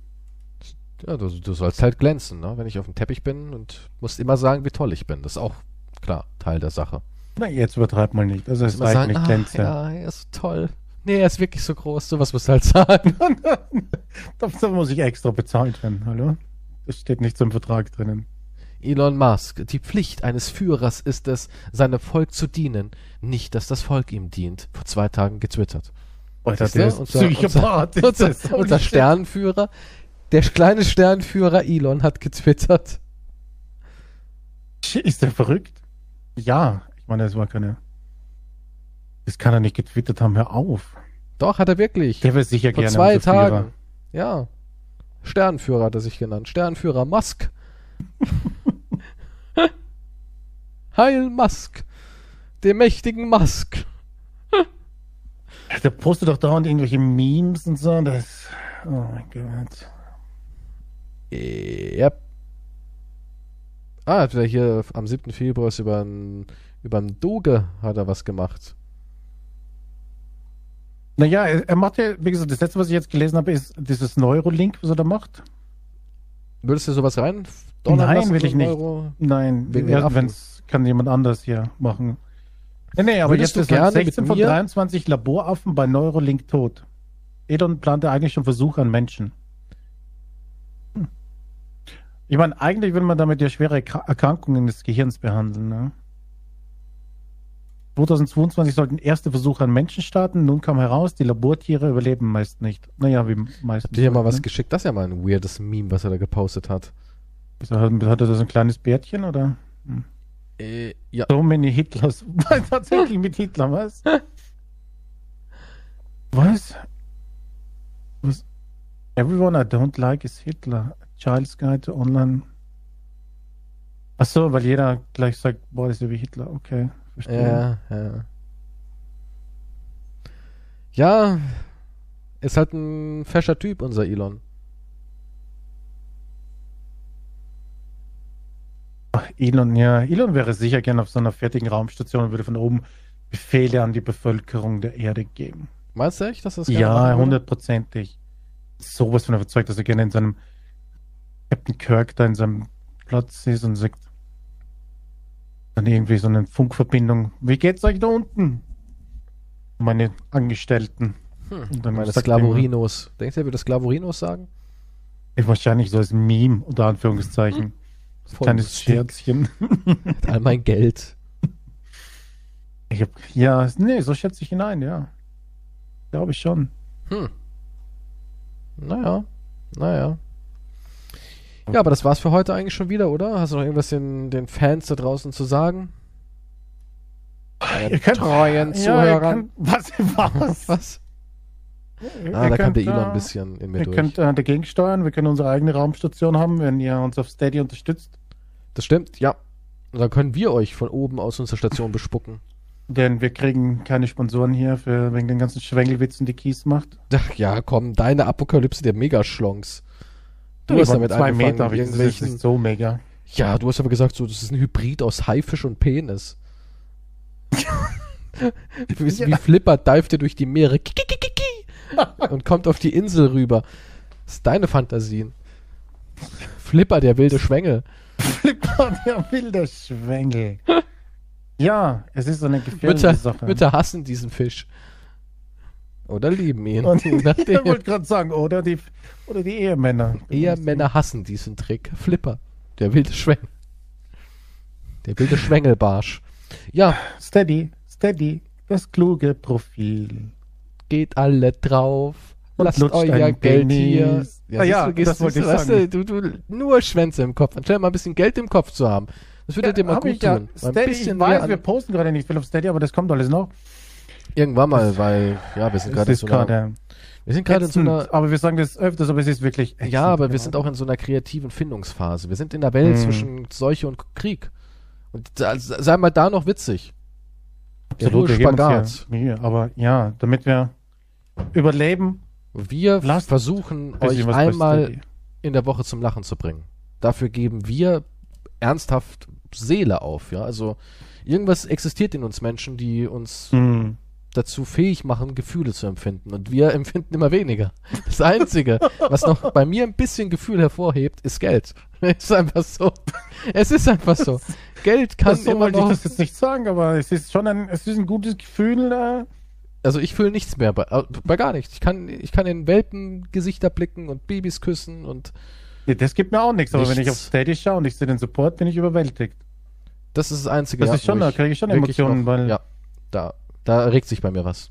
Ja, du, du sollst halt glänzen, ne? wenn ich auf dem Teppich bin und musst immer sagen, wie toll ich bin. Das ist auch, klar, Teil der Sache. Na, jetzt übertreib mal nicht. Also es Immer reicht sagen, nicht, ah, glänzt ja, ja. er ist toll. Nee, er ist wirklich so groß, sowas musst du halt sagen. Dafür muss ich extra bezahlt werden, hallo? Das steht nicht zum Vertrag drinnen. Elon Musk, die Pflicht eines Führers ist es, seinem Volk zu dienen, nicht, dass das Volk ihm dient. Vor zwei Tagen getwittert. Alter, Siehste? der ist Unser- Psychopath. ist Unser, das. Holy unser shit. Sternenführer, der kleine Sternenführer Elon hat getwittert. Ist der verrückt? Ja, ich meine, das war keine. Das kann er nicht getwittert haben, hör auf. Doch, hat er wirklich. Der wäre sicher Vor gerne zwei unser Tagen. Ja. Sternenführer hat er sich genannt. Sternenführer Musk. Heil Musk. Dem mächtigen Musk. Führer. Der postet doch dauernd irgendwelche Memes und so. Das, oh mein Gott. Yep. Ah, hat er hier am 7. Februar ist über einen Doge hat er was gemacht. Naja, er, er macht ja, wie gesagt, das letzte, was ich jetzt gelesen habe, ist dieses Neurolink, was er da macht. Würdest du sowas rein? Nein, will ich nicht. Nein, Wegen den erst Affen. wenn's kann jemand anders hier machen. Nee, nee, aber Würdest jetzt du ist halt gerne mit 16 von mir- 23 Laboraffen bei Neurolink tot. Elon plante eigentlich schon Versuche an Menschen. Hm. Ich meine, eigentlich will man damit ja schwere Erkra- Erkrankungen des Gehirns behandeln. Ne? 2022 sollten erste Versuche an Menschen starten. Nun kam heraus, die Labortiere überleben meist nicht. Naja, wie meistens. Habt ihr hier mal was ne? geschickt? Das ist ja mal ein weirdes Meme, was er da gepostet hat. ne? Hat hat er da so ein kleines Bärtchen oder? Äh, ja. So many Hitlers. Was, Tatsächlich mit Hitler, was? was? Was? Everyone I don't like is Hitler. A Child's Guide to Online. Ach so, weil jeder gleich sagt, boah, das ist ja wie Hitler. Okay, verstehe. Ja, ja. Ja, ist halt ein fescher Typ, unser Elon. Ach, Elon, ja. Elon wäre sicher gern auf so einer fertigen Raumstation und würde von oben Befehle an die Bevölkerung der Erde geben. Meinst du echt, dass das gerne machen Ja, würde? hundertprozentig. Sowas von überzeugt, dass er gerne in seinem Captain Kirk da in seinem Platz ist und sagt dann irgendwie so eine Funkverbindung. Wie geht's euch da unten? Meine Angestellten. Und dann Meine sagt er immer- Sklavorinos. Denkst du, er würde Sklavorinos sagen? Ey, wahrscheinlich so als Meme, unter Anführungszeichen. Voll Kleines lustig. Scherzchen. Mit all mein Geld. Ich hab, ja, nee, so schätze ich ihn ein, ja. Glaube ich schon. Naja, naja. Ja, aber das war's für heute eigentlich schon wieder, oder? Hast du noch irgendwas den, den Fans da draußen zu sagen? Ihr könnt- treuen ihr Zuhörern. könnt, was, was? Was? Ihr Ah, da kann könnt, der Elon äh, ein bisschen in mir Ihr durch. könnt äh, dagegen steuern, wir können unsere eigene Raumstation haben, wenn ihr uns auf Steady unterstützt. Das stimmt, ja. Und dann können wir euch von oben aus unserer Station bespucken. Denn wir kriegen keine Sponsoren hier für, wegen den ganzen Schwengelwitzen, die Kies macht. Ach ja, komm, deine Apokalypse der Megaschlonks. Du hast Über damit zwei angefangen, Meter, aber das ist irgendwelchen... nicht so mega. Ja, du hast aber gesagt, so, das ist ein Hybrid aus Haifisch und Penis. wie, wie Flipper divet er durch die Meere Ki- ki- ki- ki- ki. und kommt auf die Insel rüber. Das ist deine Fantasien. Flipper, der wilde Schwengel. Flipper, der wilde Schwengel. ja, es ist so eine gefährliche Mütter, Sache. Mütter hassen diesen Fisch. Oder lieben ihn. Und je ich Nachdem, wollte gerade sagen, oder die, oder die Ehemänner. Ehemänner hassen diesen Trick. Flipper, der wilde Schwengel. Der wilde Schwengelbarsch. Ja, Steady, steady, das kluge Profil. geht alle drauf. Und Lasst lutscht euer einen Geld Penis. hier. Ja, ja, siehst du, das wollte siehst ich du, sagen. weißt Du, du, du, nur Schwänze im Kopf. Anstatt mal ein bisschen Geld im Kopf zu haben. Das würde dir mal hab gut ich ja. tun. Mal Steady, ein ich bisschen mehr weiß, an- wir posten gerade nicht viel auf Steady, aber das kommt alles noch. Irgendwann mal, weil, ja, wir sind Es gerade in ist so einer, gerade wir sind gerade in so ätzend, einer, Hm, aber wir sagen das öfters, aber es ist wirklich ätzend, Also ja, aber wir genau. sind auch in so einer kreativen Findungsphase. Wir sind in der Welt Hm. zwischen Seuche und Krieg. Und da, sei mal da noch witzig. absolut der wir geben uns Spagat. hier Mühe, aber ja, damit wir überleben, Wir Lasst versuchen bisschen euch was bei einmal Steady. in der Woche zum Lachen zu bringen. Dafür geben wir ernsthaft Seele auf, ja. Also irgendwas existiert in uns Menschen, die uns Hm. dazu fähig machen, Gefühle zu empfinden. Und wir empfinden immer weniger. Das Einzige, was noch bei mir ein bisschen Gefühl hervorhebt, ist Geld. Es ist einfach so. Es ist einfach so. Geld kann so immer wollte ich noch. das jetzt nicht sagen, aber es ist schon ein, es ist ein gutes Gefühl. Äh, Also ich fühle nichts mehr, bei, äh, bei gar nichts. Ich kann, ich kann in Welpengesichter blicken und Babys küssen und nee, das gibt mir auch nichts, aber wenn ich Nichts. auf Steady schaue und ich sehe den Support, bin ich überwältigt. das ist das Einzige. Das ist schon, wo da kriege ich schon wirklich Emotionen, noch- weil- ja, da, da regt sich bei mir was.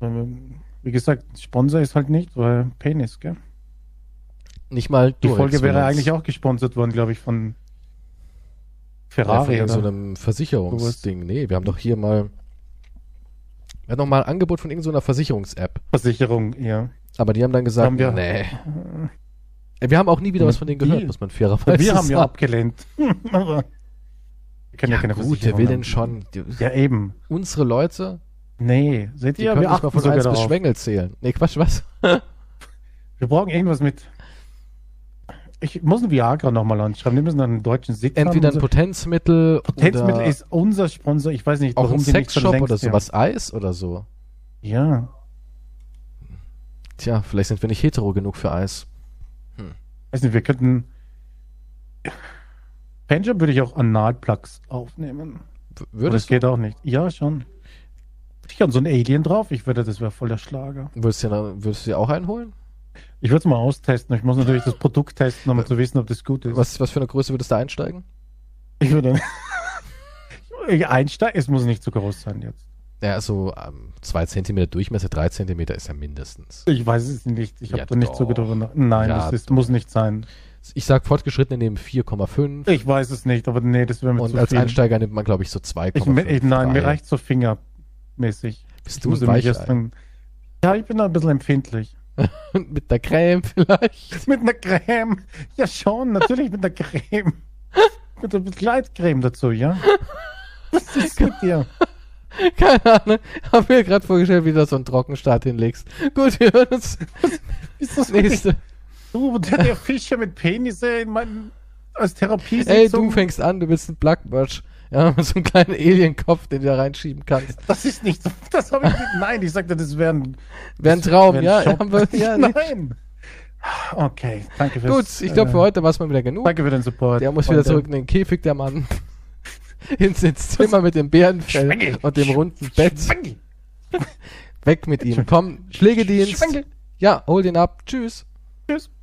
Ähm, Wie gesagt, Sponsor ist halt nicht, weil Penis, gell? Nicht mal Die Durex, Folge wenn wäre jetzt- eigentlich auch gesponsert worden, glaube ich, von Ferrari Ferrari. ja, oder? von so einem Versicherungsding. Nee, wir haben doch hier mal. Wir hatten noch mal ein Angebot von irgendeiner Versicherungs-App. Versicherung, ja. Aber die haben dann gesagt, Haben wir- nee. Äh, Wir haben auch nie wieder was von denen gehört, Hm, Die- muss man fairerweise Wir haben ja sagen. abgelehnt. Aber wir können ja, keine gut, Versicherung der will haben. denn schon. Die, Ja, eben. Unsere Leute, Nee, seht die ihr, können nicht wir mal achten von 1 sogar bis darauf. Schwengel zählen. Nee, Quatsch, was? Wir brauchen irgendwas mit. Ich muss ein Viagra nochmal anschreiben. Wir müssen einen deutschen Sitz Entweder ein haben. Potenzmittel, Potenzmittel oder ist unser Sponsor. Ich weiß nicht, auch ein die nicht schon Sexshop längst oder haben. sowas. Eis oder so. Ja. Tja, vielleicht sind wir nicht hetero genug für Eis. Weiß nicht, wir könnten. Pager würde ich auch Analplugs W- aufnehmen. Aber das Würdest geht auch nicht. Ja, schon. Ich habe so ein Alien drauf. Ich würde, das wäre voll der Schlager. du, würdest du, dir- würdest du dir auch einholen? Ich würde es mal austesten. Ich muss natürlich das Produkt testen, um zu wissen, ob das gut ist. Was, was für eine Größe würdest du einsteigen? Ich würde. ich einsteigen. Es muss nicht zu groß sein jetzt. Ja, so ähm, zwei Zentimeter Durchmesser, drei Zentimeter ist ja mindestens. Ich weiß es nicht. Ich habe Ja, da nicht so doch. drüber nach. Nein, Ja, das ist, muss nicht sein. Ich sag fortgeschrittene nehmen 4,5 Ich weiß es nicht, aber nee, das wäre mir und zu als viel. Einsteiger nimmt man, glaube ich, so ich, mir- 2,5. ich, nein, mir drei. reicht so fingermäßig. Bist Ich du muss ein nämlich erst Weichei? dann- Ja, ich bin da ein bisschen empfindlich. Mit der Creme vielleicht? Mit einer Creme. Ja, schon, natürlich mit einer Creme. Mit einer Begleitcreme dazu, ja? Was ist mit dir? Keine Ahnung. Hab mir gerade vorgestellt, wie du da so einen Trockenstart hinlegst. Gut, wir hören uns Ist das wirklich nächste. du, der, der Fischer mit Penisse in meinem, als Therapie Ey, du fängst an, du willst einen Blackmatch. Ja, mit so einem kleinen Alienkopf, den du da reinschieben kannst. Das ist nicht so. Das habe ich nicht. Nein, ich sagte, das wäre ein, Wäre ein Traum, wär ein ja? Schock. Haben wir, ja nee. Nein. Okay, danke fürs. äh, Gut, ich glaube, für heute war es mal wieder genug. Danke für den Support. Der muss wieder Und, äh, zurück in den Käfig, der Mann. Ins, ins Zimmer mit dem Bärenfell Schwengel. und dem runden Bett. Schwengel. Weg mit ihm. Komm, Schlägedienst. Schwengel. Ja, hol den ab. Tschüss. Tschüss.